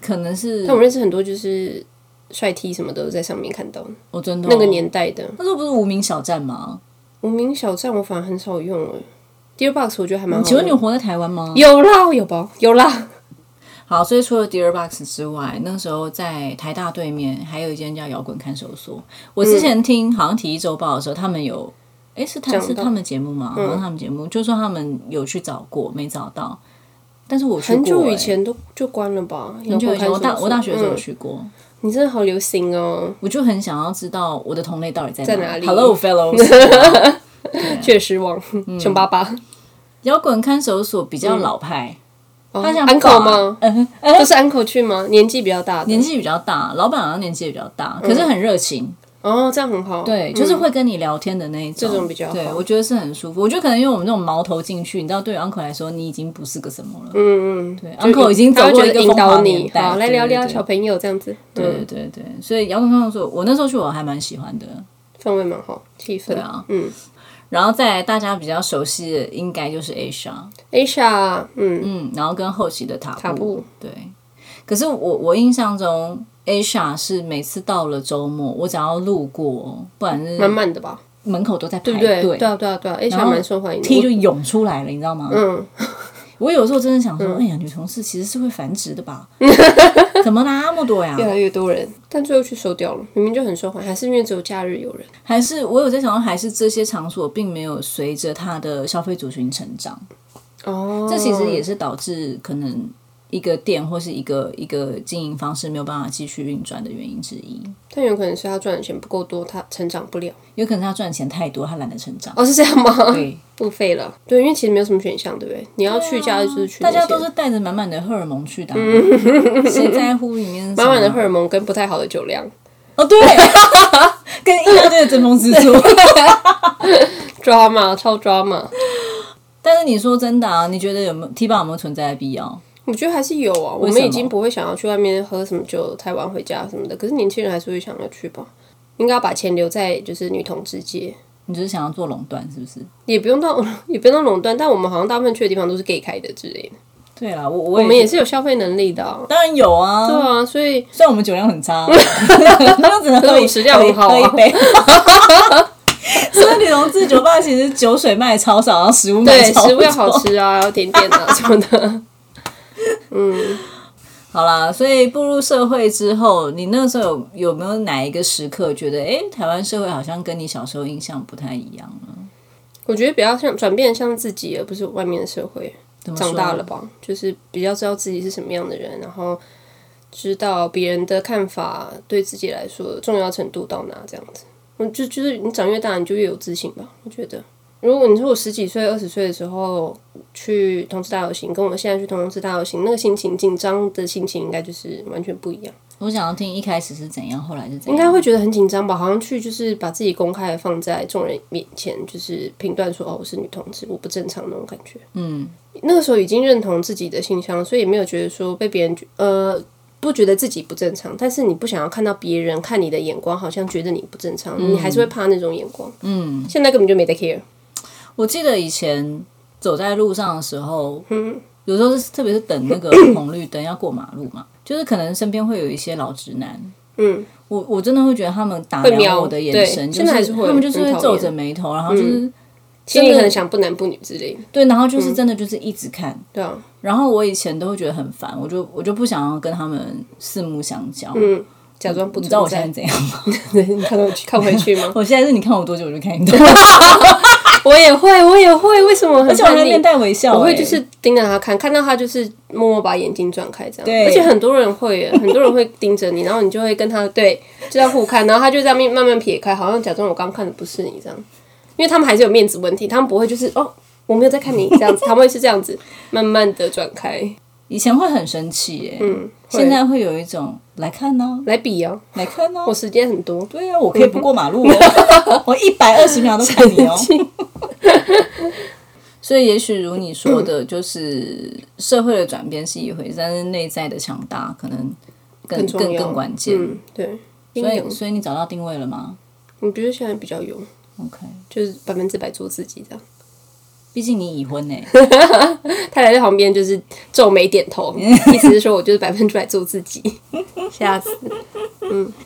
[SPEAKER 1] 可能是
[SPEAKER 2] 但我认识很多就是帅 T 什么的都在上面看到，
[SPEAKER 1] 我真的哦
[SPEAKER 2] 那个，年代的
[SPEAKER 1] 那时候不是无名小站吗？
[SPEAKER 2] 无名小站我反而很少用了。Dear Box 我觉得还蛮好用。
[SPEAKER 1] 嗯请问你有活在台湾吗？
[SPEAKER 2] 有啦有吧有啦，
[SPEAKER 1] 好，所以除了 Dear Box 之外，那时候在台大对面还有一间叫摇滚看守所。我之前听好像体育周报的时候，他们有，诶，是他
[SPEAKER 2] 讲到嗯
[SPEAKER 1] 是他们节目吗？好像他们节目就说他们有去找过，没找到。但是我去过、
[SPEAKER 2] 很久以
[SPEAKER 1] 诶
[SPEAKER 2] 前都就关了吧。
[SPEAKER 1] 很久以前，我大我大学的时候有
[SPEAKER 2] 嗯
[SPEAKER 1] 去过，
[SPEAKER 2] 你真的好流行哦，
[SPEAKER 1] 我就很想要知道我的同类到底在
[SPEAKER 2] 在
[SPEAKER 1] 哪
[SPEAKER 2] 哪里
[SPEAKER 1] ？Hello fellows，嗯
[SPEAKER 2] 确实网熊爸爸，
[SPEAKER 1] 摇滚看守所比较老派，他想
[SPEAKER 2] 哦 uncle
[SPEAKER 1] 把
[SPEAKER 2] 嗯吗？ 都是 uncle 去吗？年纪比较大的，
[SPEAKER 1] 嗯年纪比较大，老板好像年纪也比较
[SPEAKER 2] 嗯
[SPEAKER 1] 大，可是很热情。
[SPEAKER 2] 哦，这样很好。
[SPEAKER 1] 对，
[SPEAKER 2] 嗯
[SPEAKER 1] 就是会跟你聊天的那一种，
[SPEAKER 2] 这种比较好
[SPEAKER 1] 对我觉得是很舒服。我觉得可能因为我们这种毛头进去，你知道，对于 uncle 来说，你已经不是个什么了。
[SPEAKER 2] 嗯嗯，对
[SPEAKER 1] ，uncle 已经走过一个
[SPEAKER 2] 引
[SPEAKER 1] 疯
[SPEAKER 2] 导
[SPEAKER 1] 狂年
[SPEAKER 2] 你，
[SPEAKER 1] 代
[SPEAKER 2] 好来
[SPEAKER 1] 对
[SPEAKER 2] 聊
[SPEAKER 1] 对
[SPEAKER 2] 聊
[SPEAKER 1] 对
[SPEAKER 2] 小朋友这样子，
[SPEAKER 1] 对
[SPEAKER 2] 嗯，
[SPEAKER 1] 对对对，所以摇滚看守所，我那时候去我还蛮喜欢的。
[SPEAKER 2] 氛围蛮好，气氛
[SPEAKER 1] 对啊，
[SPEAKER 2] 嗯
[SPEAKER 1] 然后再来大家比较熟悉的，应该就是 Asia，
[SPEAKER 2] ，Asia，嗯，
[SPEAKER 1] 嗯，然后跟后期的塔布，
[SPEAKER 2] 卡布
[SPEAKER 1] 对。可是我我印象中，Asia 是每次到了周末，我只要路过，不管是
[SPEAKER 2] 满满的吧，
[SPEAKER 1] 门口都在排
[SPEAKER 2] 嗯对不
[SPEAKER 1] 队，
[SPEAKER 2] 对？对啊对啊对啊，Asia 蛮受欢迎
[SPEAKER 1] T
[SPEAKER 2] 的，
[SPEAKER 1] 就涌出来了，你知道吗？
[SPEAKER 2] 嗯，
[SPEAKER 1] 我有时候真的想说，哎呀，女同事其实是会繁殖的 吧？怎么那么多呀
[SPEAKER 2] 我？越来越多人，但最后去收掉了，明明就很受欢迎，还是因为只有假日有人，
[SPEAKER 1] 还是我有在想，还是这些场所并没有随着它的消费族群成长，
[SPEAKER 2] 哦，
[SPEAKER 1] 这其实也是导致可能一个店或是一个一个经营方式没有办法继续运转的原因之一。
[SPEAKER 2] 但有可能是他赚的钱不够多，他成长不了，
[SPEAKER 1] 有可能他赚钱太多，他懒得成 长。
[SPEAKER 2] 哦，是这样吗？
[SPEAKER 1] 对，
[SPEAKER 2] 付费了，对，因为其实没有什么选项，对不对？你要去假日就是去那
[SPEAKER 1] 啊大
[SPEAKER 2] 些，嗯
[SPEAKER 1] 家都是带着满满的荷尔蒙去的啊、谁在乎里面
[SPEAKER 2] 满满的荷
[SPEAKER 1] 尔
[SPEAKER 2] 尔蒙跟不太好的 酒量，
[SPEAKER 1] 哦，对，跟一大堆的争风吃醋。
[SPEAKER 2] 抓嘛，超抓嘛。
[SPEAKER 1] 但是你说真的啊，你觉得有没有 T 吧有没有存在的必要？
[SPEAKER 2] 我觉得还是有啊，我
[SPEAKER 1] 为什
[SPEAKER 2] 们
[SPEAKER 1] 么
[SPEAKER 2] 已经不会想要去外面喝什么酒，太晚回家什么的。可是年轻人还是会想要去吧，应该要把钱留在就是女同之界，
[SPEAKER 1] 你只是想要做垄断，是不是？
[SPEAKER 2] 也不用到也不用到垄断。但我们好像大部分去的地方都是 gay 开的之类的，
[SPEAKER 1] 对啦，我我
[SPEAKER 2] 啊我们也
[SPEAKER 1] 是
[SPEAKER 2] 是有消费能力的、啊。
[SPEAKER 1] 当然有啊，
[SPEAKER 2] 对啊，所以
[SPEAKER 1] 虽然我们酒量很 差，那只能喝
[SPEAKER 2] 可是我
[SPEAKER 1] 一
[SPEAKER 2] 们食量很好啊
[SPEAKER 1] 喝一喝一杯。 所以女同志酒吧其实酒水卖得超少，然后食物卖
[SPEAKER 2] 对
[SPEAKER 1] 得超多
[SPEAKER 2] 食物要好。吃啊，要甜点啊什么的。
[SPEAKER 1] 好啦，所以步入社会之后，你那时候有有没有哪一个时刻觉得，哎、台湾社会好像跟你小时候印象不太一样了？
[SPEAKER 2] 我觉得比较像转变像自己，而不是外面的社会。
[SPEAKER 1] 怎么说
[SPEAKER 2] 长大了？吧，就是比较知道自己是什么样的人，然后知道别人的看法对自己来说重要程度到哪这样子。我就就是你长越大，你就越有自信吧。我觉得，如果你说我十几岁、二十岁的时候去同志大游行，跟我现在去同志大游行，那个心情紧张的心情应该就是完全不一样。
[SPEAKER 1] 我想要听一开始是怎样，后来是怎样。
[SPEAKER 2] 应该会觉得很紧张吧？好像去就是把自己公开地放在众人面前，就是评断说哦，我是女同志，我不正常那种感觉。
[SPEAKER 1] 嗯，
[SPEAKER 2] 那个时候已经认同自己的性向，所以也没有觉得说被别人觉呃不觉得自己不正常，但是你不想要看到别人看你的眼光，好像觉得你不正常，你还是会怕那种眼光。嗯，现在根本就没得 care。
[SPEAKER 1] 我记得以前走在路上的时候，
[SPEAKER 2] 嗯
[SPEAKER 1] 有时候是特别是等那 个红绿灯要过马路嘛，就是可能身边会有一些老直男，
[SPEAKER 2] 嗯，
[SPEAKER 1] 我我真的会觉得他们打
[SPEAKER 2] 会瞄
[SPEAKER 1] 量我的眼
[SPEAKER 2] 对
[SPEAKER 1] 神，就
[SPEAKER 2] 现在还是会
[SPEAKER 1] 他们就是
[SPEAKER 2] 很
[SPEAKER 1] 会
[SPEAKER 2] 讨厌嗯
[SPEAKER 1] 皱着眉头，然后就是、
[SPEAKER 2] 心里可能想不男不女之类的。
[SPEAKER 1] 对，然后
[SPEAKER 2] 嗯
[SPEAKER 1] 就是真的就是一直看。
[SPEAKER 2] 对啊，
[SPEAKER 1] 然后我以前都会觉得很烦，我就我就不想要跟他们四目相交。
[SPEAKER 2] 嗯，假装不
[SPEAKER 1] 你知道
[SPEAKER 2] 存
[SPEAKER 1] 我现在怎
[SPEAKER 2] 在。
[SPEAKER 1] 样吗？
[SPEAKER 2] 对你看
[SPEAKER 1] ？
[SPEAKER 2] 到看回去吗
[SPEAKER 1] 我现在是你看我多久我就看你 多久，
[SPEAKER 2] 我也会，我也会。为什么很
[SPEAKER 1] 而且 我
[SPEAKER 2] 叛
[SPEAKER 1] 还
[SPEAKER 2] 逆
[SPEAKER 1] 面？带微笑、
[SPEAKER 2] 我会
[SPEAKER 1] 欸
[SPEAKER 2] 就是盯着他看，看到他就是默默把眼睛转开这样。
[SPEAKER 1] 对
[SPEAKER 2] 而且很多人会耶，很多人会盯着你，然后你就会跟他对，就这样互看，然后他就这样慢慢慢撇开，好像假装我刚看的不是你这样。因为他们还是有面子问题，他们不会就是哦，我没有在看你这样子，他们会是这样子慢慢的转开
[SPEAKER 1] 以前会很生气耶、
[SPEAKER 2] 嗯会
[SPEAKER 1] 现在会有一种来看呢、
[SPEAKER 2] 来比啊。
[SPEAKER 1] 来看哦呢、
[SPEAKER 2] 我时间 很多，
[SPEAKER 1] 对呀、啊我可以不过马路、哦， 我一百二十秒都看你哦。 所以，也许如你说的，就是社会的转变是一回事，但是内在的强大可能更
[SPEAKER 2] 更重
[SPEAKER 1] 更
[SPEAKER 2] 要
[SPEAKER 1] 更关键。
[SPEAKER 2] 嗯，对。
[SPEAKER 1] 所
[SPEAKER 2] 有
[SPEAKER 1] 以，所以你找到定位了吗
[SPEAKER 2] 我觉得现在比较有，
[SPEAKER 1] ？OK，
[SPEAKER 2] 就是百分之百做自己这样。
[SPEAKER 1] 毕竟你已婚 呢、
[SPEAKER 2] 太太在旁边就是皱眉 点头，意思是说我就是百分之百做自己。 下次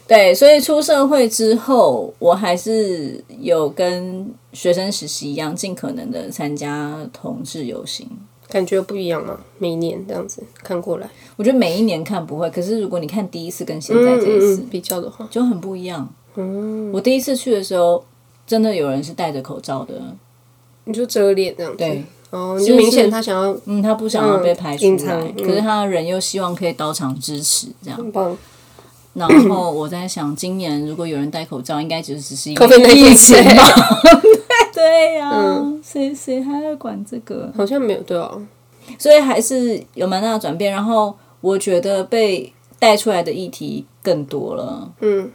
[SPEAKER 1] 对，所以出社会之后，我还是有跟学生实习一样，尽可能的参加同志游行。
[SPEAKER 2] 感觉不一样嘛，每一年这样子看过来，
[SPEAKER 1] 我觉得每一年看不会，可是如果你看第一次跟现在这一次，
[SPEAKER 2] 比较的话，
[SPEAKER 1] 就很不一样。
[SPEAKER 2] 嗯
[SPEAKER 1] 我第一次去的时候，真的有人是戴着口罩的，
[SPEAKER 2] 你就遮脸这样子，
[SPEAKER 1] 对，
[SPEAKER 2] 哦，你就明显他想要
[SPEAKER 1] 嗯，他不想要被排出
[SPEAKER 2] 嗯隐
[SPEAKER 1] 来，
[SPEAKER 2] 藏嗯
[SPEAKER 1] 可是他人又希望可以到场支持这样。
[SPEAKER 2] 很棒，
[SPEAKER 1] 然后我在想，今年如果有人戴口罩，应该就只是因
[SPEAKER 2] COVID-19
[SPEAKER 1] 为疫情吧？对啊呀、
[SPEAKER 2] 嗯
[SPEAKER 1] 谁谁还会管这个？
[SPEAKER 2] 好像没有对哦，
[SPEAKER 1] 所以还是有蛮大的转变。然后我觉得被带出来的议题更多了，
[SPEAKER 2] 嗯，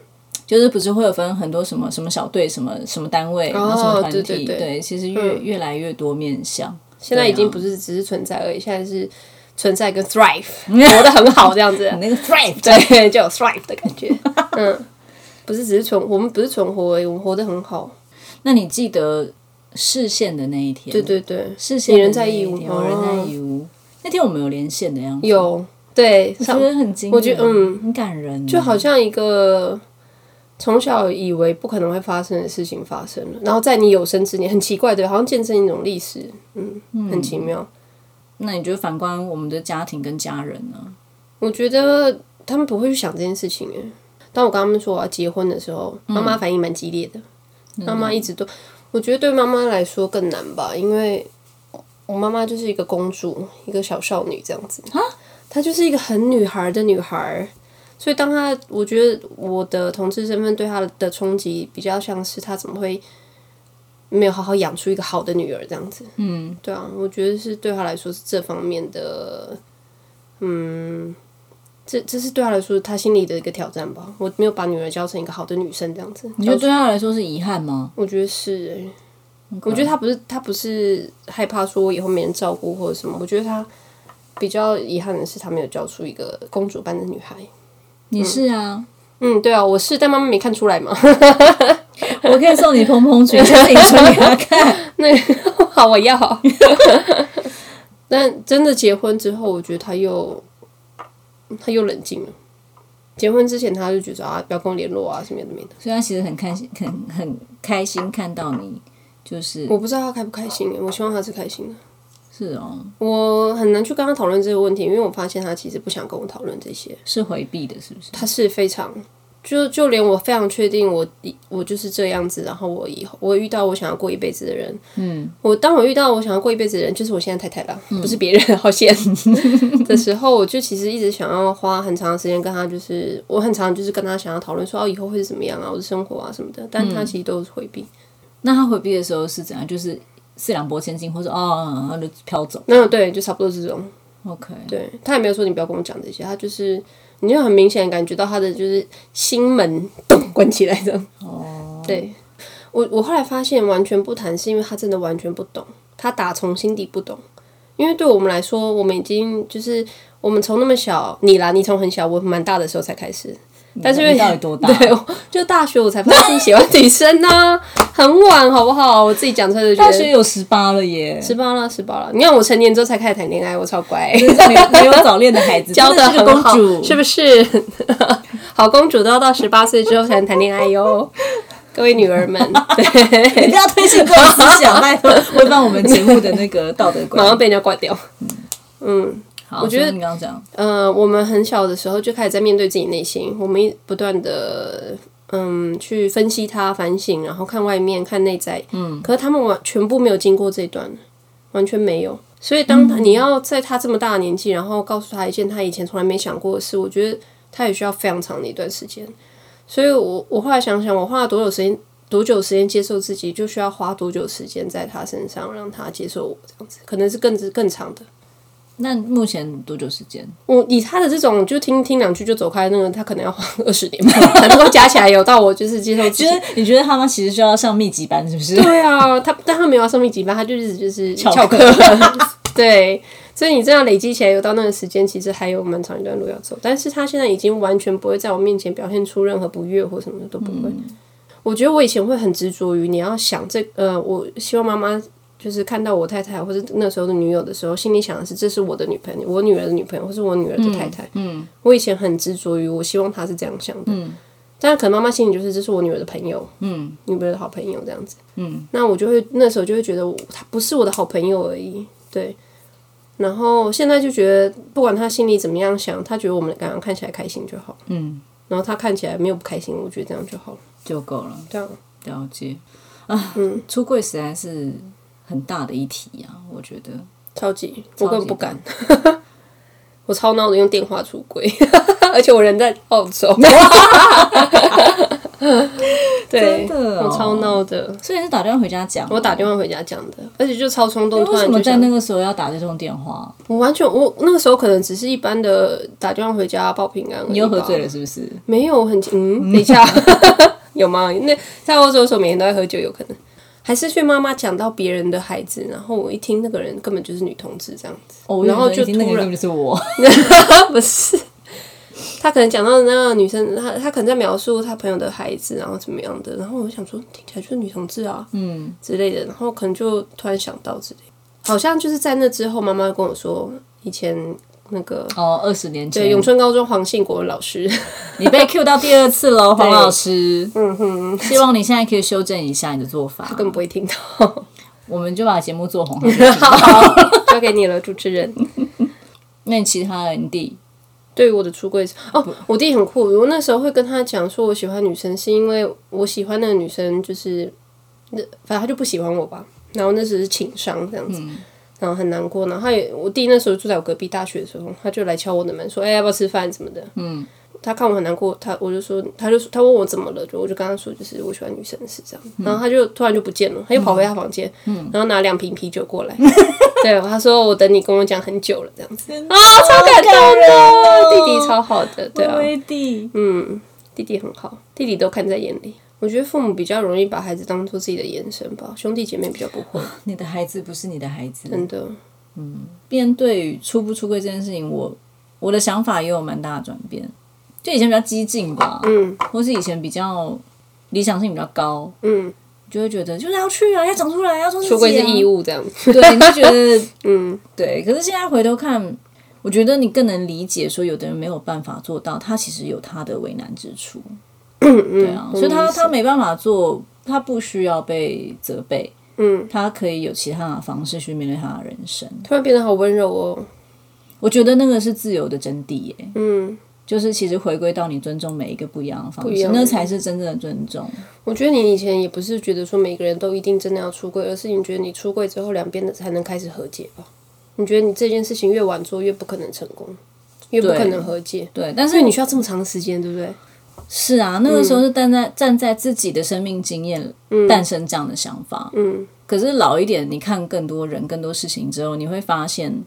[SPEAKER 1] 就是不是会有分很多什么什么小队、什么什么单位，然后什么团体，
[SPEAKER 2] 哦对对对嗯
[SPEAKER 1] 其实越、越来越多面向。
[SPEAKER 2] 现在已经不是只是存在而已，现在是存在跟 thrive，活
[SPEAKER 1] 啊
[SPEAKER 2] 得很好这样子，
[SPEAKER 1] 你那个 thrive
[SPEAKER 2] 对，就有 thrive 的感 觉，嗯，不是只是存，我们不是存活而已，我们活得很好，
[SPEAKER 1] 那你记得视线的那一天？
[SPEAKER 2] 对，对对，
[SPEAKER 1] 视线的
[SPEAKER 2] 你人在
[SPEAKER 1] 那一
[SPEAKER 2] 义乌
[SPEAKER 1] 天我人在
[SPEAKER 2] 哦
[SPEAKER 1] 义乌。那天我们有连线的样子，
[SPEAKER 2] 有对，
[SPEAKER 1] 我觉
[SPEAKER 2] 上
[SPEAKER 1] 得很惊人，
[SPEAKER 2] 我觉得嗯
[SPEAKER 1] 很感人，啊
[SPEAKER 2] 就好像一个从小以为不可能会发生的事情发生了，然后在你有生之年，很奇怪的，好像见证一种历史，嗯，很奇妙。
[SPEAKER 1] 那你觉得反观我们的家庭跟家人呢？
[SPEAKER 2] 我觉得他们不会去想这件事情诶。当我跟他们说我要结婚的时候，妈妈反应蛮激烈的，妈妈一直都，我觉得对妈妈来说更难吧，因为我妈妈就是一个公主，一个小少女这样子，她就是一个很女孩的女孩。所以，当她，我觉得我的同志身份对她的冲击比较像是她怎么会没有好好养出一个好的女儿这样子。
[SPEAKER 1] 嗯，
[SPEAKER 2] 对啊，我觉得是对她来说是这方面的，嗯，这这是对她来说她心里的一个挑战吧。我没有把女儿教成一个好的女生这样子。
[SPEAKER 1] 你觉得对他来说是遗憾吗？
[SPEAKER 2] 我觉得是、欸，我觉得他不是他不是害怕说我以后没人照顾或者什么，我觉得他比较遗憾的是他没有教出一个公主般的女孩。
[SPEAKER 1] 你是啊，
[SPEAKER 2] 嗯，对啊，我是，但妈妈没看出来嘛。
[SPEAKER 1] 我可以送你蓬蓬裙，但是你说给他看，
[SPEAKER 2] 那好，我要。 但真的结婚之后，我觉得他又他又冷静了。结婚之前，他就觉得啊，不要跟我联络啊，什么的没的。
[SPEAKER 1] 所以他其实很开心，很很开心看到你，就是
[SPEAKER 2] 我不知道他开不开心，欸我希望他是开心的。
[SPEAKER 1] 是哦，
[SPEAKER 2] 我很难去跟他讨论这个问题，因为我发现他其实不想跟我讨论这些。
[SPEAKER 1] 是回避的，是不是？
[SPEAKER 2] 他是非常，就就连我非常确定我以我就是这样子，然后我以后我遇到我想要过一辈子的人，嗯，我当我遇到我想要过一辈子的人，就是我现在太太啦，不是别人，好险的时候，我就其实一直想要花很长的时间跟他，就是我很长就是跟他想要讨论说哦、以后会是怎么样啊，我的生活啊什么的，但他其实都是回避。
[SPEAKER 1] 那他回避的时候是怎样？就是四两拨千斤，或者哦，然后就飘走。
[SPEAKER 2] 那对，就差不多是这种。
[SPEAKER 1] OK，
[SPEAKER 2] 对他也没有说你不要跟我讲这些，他就是你就很明显地感觉到他的就是心门 咚关起来这样。哦，对我我后来发现完全不谈是因为他真的完全不懂，他打从心底不懂，因为对我们来说，我们已经就是我们从那么小，你啦，你从很小，我蛮大的时候才开始。但是因
[SPEAKER 1] 嗯
[SPEAKER 2] 为
[SPEAKER 1] 你到底多大
[SPEAKER 2] 对，我就大学我才发现自己喜欢女生呐、很晚好不好？我自己讲出来就觉
[SPEAKER 1] 大
[SPEAKER 2] 得
[SPEAKER 1] 学有十八了耶，
[SPEAKER 2] 十八了，十八了。你看我成年之后才开始谈恋爱，我超乖。
[SPEAKER 1] 没有没有早恋的孩 子，
[SPEAKER 2] 教
[SPEAKER 1] 真
[SPEAKER 2] 的
[SPEAKER 1] 的是个公
[SPEAKER 2] 很好，
[SPEAKER 1] 主，
[SPEAKER 2] 是不是？ 好公主都要到十八岁之后才能谈恋爱哟，各位女 儿们，对，
[SPEAKER 1] 你不要推行这种思 想，拜托违反我们节目的那个道德
[SPEAKER 2] 马
[SPEAKER 1] 观。
[SPEAKER 2] 上被人家挂掉。
[SPEAKER 1] 好，
[SPEAKER 2] 我觉得
[SPEAKER 1] 所以你刚刚讲，
[SPEAKER 2] 呃，我们很小的时候就开始在面对自己内心，我们一不断的嗯去分析它、反省，然后看外面、看内在，嗯，可是他们完全部没有经过这一段，完全没有。所以当他、你要在他这么大的年纪，然后告诉他一件他以前从来没想过的事，我觉得他也需要非常长的一段时间。所以我我后来想想，我花了多久时间？多久时间接受自己，就需要花多久时间在他身上，让他接受我这样子，可能是更更长的。
[SPEAKER 1] 那目前多久时间？
[SPEAKER 2] 我以他的这种就听听两句就走开那个，他可能要花二十年吧， 才能够加起来有到我就是接受自己
[SPEAKER 1] 觉。得你觉得他们其实需要上密集班，是不是？
[SPEAKER 2] 对啊，他但他没有要上密集班，他就是就是
[SPEAKER 1] 翘
[SPEAKER 2] 翘
[SPEAKER 1] 课
[SPEAKER 2] 课。 对，所以你这样累积起来有到那个时间，其实还有蛮长一段路要走。但是他现在已经完全不会在我面前表现出任何不悦或什么的都不会。嗯我觉得我以前会很执着于你要想这呃，我希望妈妈就是看到我太太或者那时候的女友的时候，心里想的是这是我的女朋友，我女儿的女朋友，或是我女儿的太太。
[SPEAKER 1] 嗯
[SPEAKER 2] 我以前很执着于，我希望她是这样想的。
[SPEAKER 1] 嗯
[SPEAKER 2] 但可能妈妈心里就是这是我女儿的朋友，
[SPEAKER 1] 嗯
[SPEAKER 2] 女儿的好朋友这样子。
[SPEAKER 1] 嗯，
[SPEAKER 2] 那我就会那时候就会觉得我她不是我的好朋友而已，对。然后现在就觉得，不管她心里怎么样想，她觉得我们刚刚看起来开心就好，
[SPEAKER 1] 嗯，
[SPEAKER 2] 然后她看起来没有不开心，我觉得这样就好了。
[SPEAKER 1] 就够了。
[SPEAKER 2] 这样，嗯
[SPEAKER 1] 了解啊，出柜实在是很大的一题啊，我觉得。
[SPEAKER 2] 超级，我根本不敢， 我超闹的用电话出轨， 而且我人在澳 洲。对，
[SPEAKER 1] 真的哦
[SPEAKER 2] 我超闹的，
[SPEAKER 1] 所以是打电话回家讲，
[SPEAKER 2] 我打电话回家讲的，而且就超冲动，突
[SPEAKER 1] 哎为什
[SPEAKER 2] 然
[SPEAKER 1] 么
[SPEAKER 2] 就
[SPEAKER 1] 在
[SPEAKER 2] 想
[SPEAKER 1] 那个时候要打这种电话？
[SPEAKER 2] 我完全我那个时候可能只是一般的打电话回家报平安而已吧。
[SPEAKER 1] 你又喝醉了是不是？
[SPEAKER 2] 没有，很嗯，等一下， 有吗？那在欧洲的时候每天都在喝酒，有可能还是去妈妈讲到别人的孩子，然后我一听那个人根本就是女同志这样 子，
[SPEAKER 1] 哦，我
[SPEAKER 2] 然后
[SPEAKER 1] 以为
[SPEAKER 2] 就突
[SPEAKER 1] 那个一
[SPEAKER 2] 然
[SPEAKER 1] 定就是 我，
[SPEAKER 2] 不是。他可能讲到那个女生，他他可能在描述他朋友的孩子，然后怎么样的，然后我就想说，听起来就是女同志啊，
[SPEAKER 1] 嗯，
[SPEAKER 2] 之类的，然后可能就突然想到之类的，好像就是在那之后，妈妈跟我说，以前那个
[SPEAKER 1] 哦，二十年
[SPEAKER 2] 对
[SPEAKER 1] 前
[SPEAKER 2] 永，春高中黄信国文老师，
[SPEAKER 1] 你被 Q 到第二次喽，黄老师，嗯哼，希望你现在可以修正一下你的做 法，
[SPEAKER 2] 根本不会听到，
[SPEAKER 1] 我们就把节目做 红。
[SPEAKER 2] 好，交给你了，主持人。
[SPEAKER 1] 那你其他人你弟，
[SPEAKER 2] 对于我的出柜哦，我弟很酷。我那时候会跟他讲说，我喜欢女生是因为我喜欢那个女生，就是那反正他就不喜欢我吧。然后那只是情商这样子，然后很难过。然后他也，我弟那时候住在我隔壁大学的时候，他就来敲我的门说：“哎、要不要吃饭什么的？”嗯，他看我很难过，他我就说，他就他问我怎么了，就我就跟他说，就是我喜欢女生是这样。然后他就突然就不见了，他就跑回他房间，然后拿两瓶啤酒过 来。对，他说我等你跟我讲很久了这样子。
[SPEAKER 1] 啊，超感动
[SPEAKER 2] 哦
[SPEAKER 1] 的，
[SPEAKER 2] 弟弟超好的，对啊，
[SPEAKER 1] 微弟，
[SPEAKER 2] 嗯，弟弟很好，弟弟都看在眼里。我觉得父母比较容易把孩子当做自己的延伸吧，兄弟姐妹比较不会，
[SPEAKER 1] 你的孩子不是你的孩子，
[SPEAKER 2] 真的。
[SPEAKER 1] 面对于出不出柜这件事情，我我的想法也有蛮大的转变。就以前比较激进吧，
[SPEAKER 2] 嗯
[SPEAKER 1] 或是以前比较理想性比较高，
[SPEAKER 2] 嗯，
[SPEAKER 1] 就会觉得就是要去啊，要长出来，要做自己、啊。
[SPEAKER 2] 出柜是义务这样。
[SPEAKER 1] 对，你就觉得
[SPEAKER 2] 嗯，
[SPEAKER 1] 对。可是现在回头看，我觉得你更能理解说，有的人没有办法做到，他其实有他的为难之 处。对啊，
[SPEAKER 2] 嗯
[SPEAKER 1] 所以他他没办法做，他不需要被责备，
[SPEAKER 2] 嗯，
[SPEAKER 1] 他可以有其他的方式去面对他的人生。
[SPEAKER 2] 突然变得好温柔哦。
[SPEAKER 1] 我觉得那个是自由的真谛耶、
[SPEAKER 2] 嗯，
[SPEAKER 1] 就是其实回归到你尊重每一个不一样的方
[SPEAKER 2] 不一
[SPEAKER 1] 式，
[SPEAKER 2] 样的
[SPEAKER 1] 那
[SPEAKER 2] 人
[SPEAKER 1] 才是真正的尊重。
[SPEAKER 2] 我觉得你以前也不是觉得说每个人都一定真的要出柜，而是你觉得你出柜之后，两边的才能开始和解吧？你觉得你这件事情越晚做越不可能成功，越不可能和解，
[SPEAKER 1] 对，但
[SPEAKER 2] 所
[SPEAKER 1] 是
[SPEAKER 2] 以你嗯需要这么长的时间，对不对？
[SPEAKER 1] 是啊，那个时候是站在、站在自己的生命经验诞生这样的想法。
[SPEAKER 2] 嗯
[SPEAKER 1] 可是老一点，你看更多人、更多事情之后，你会发现，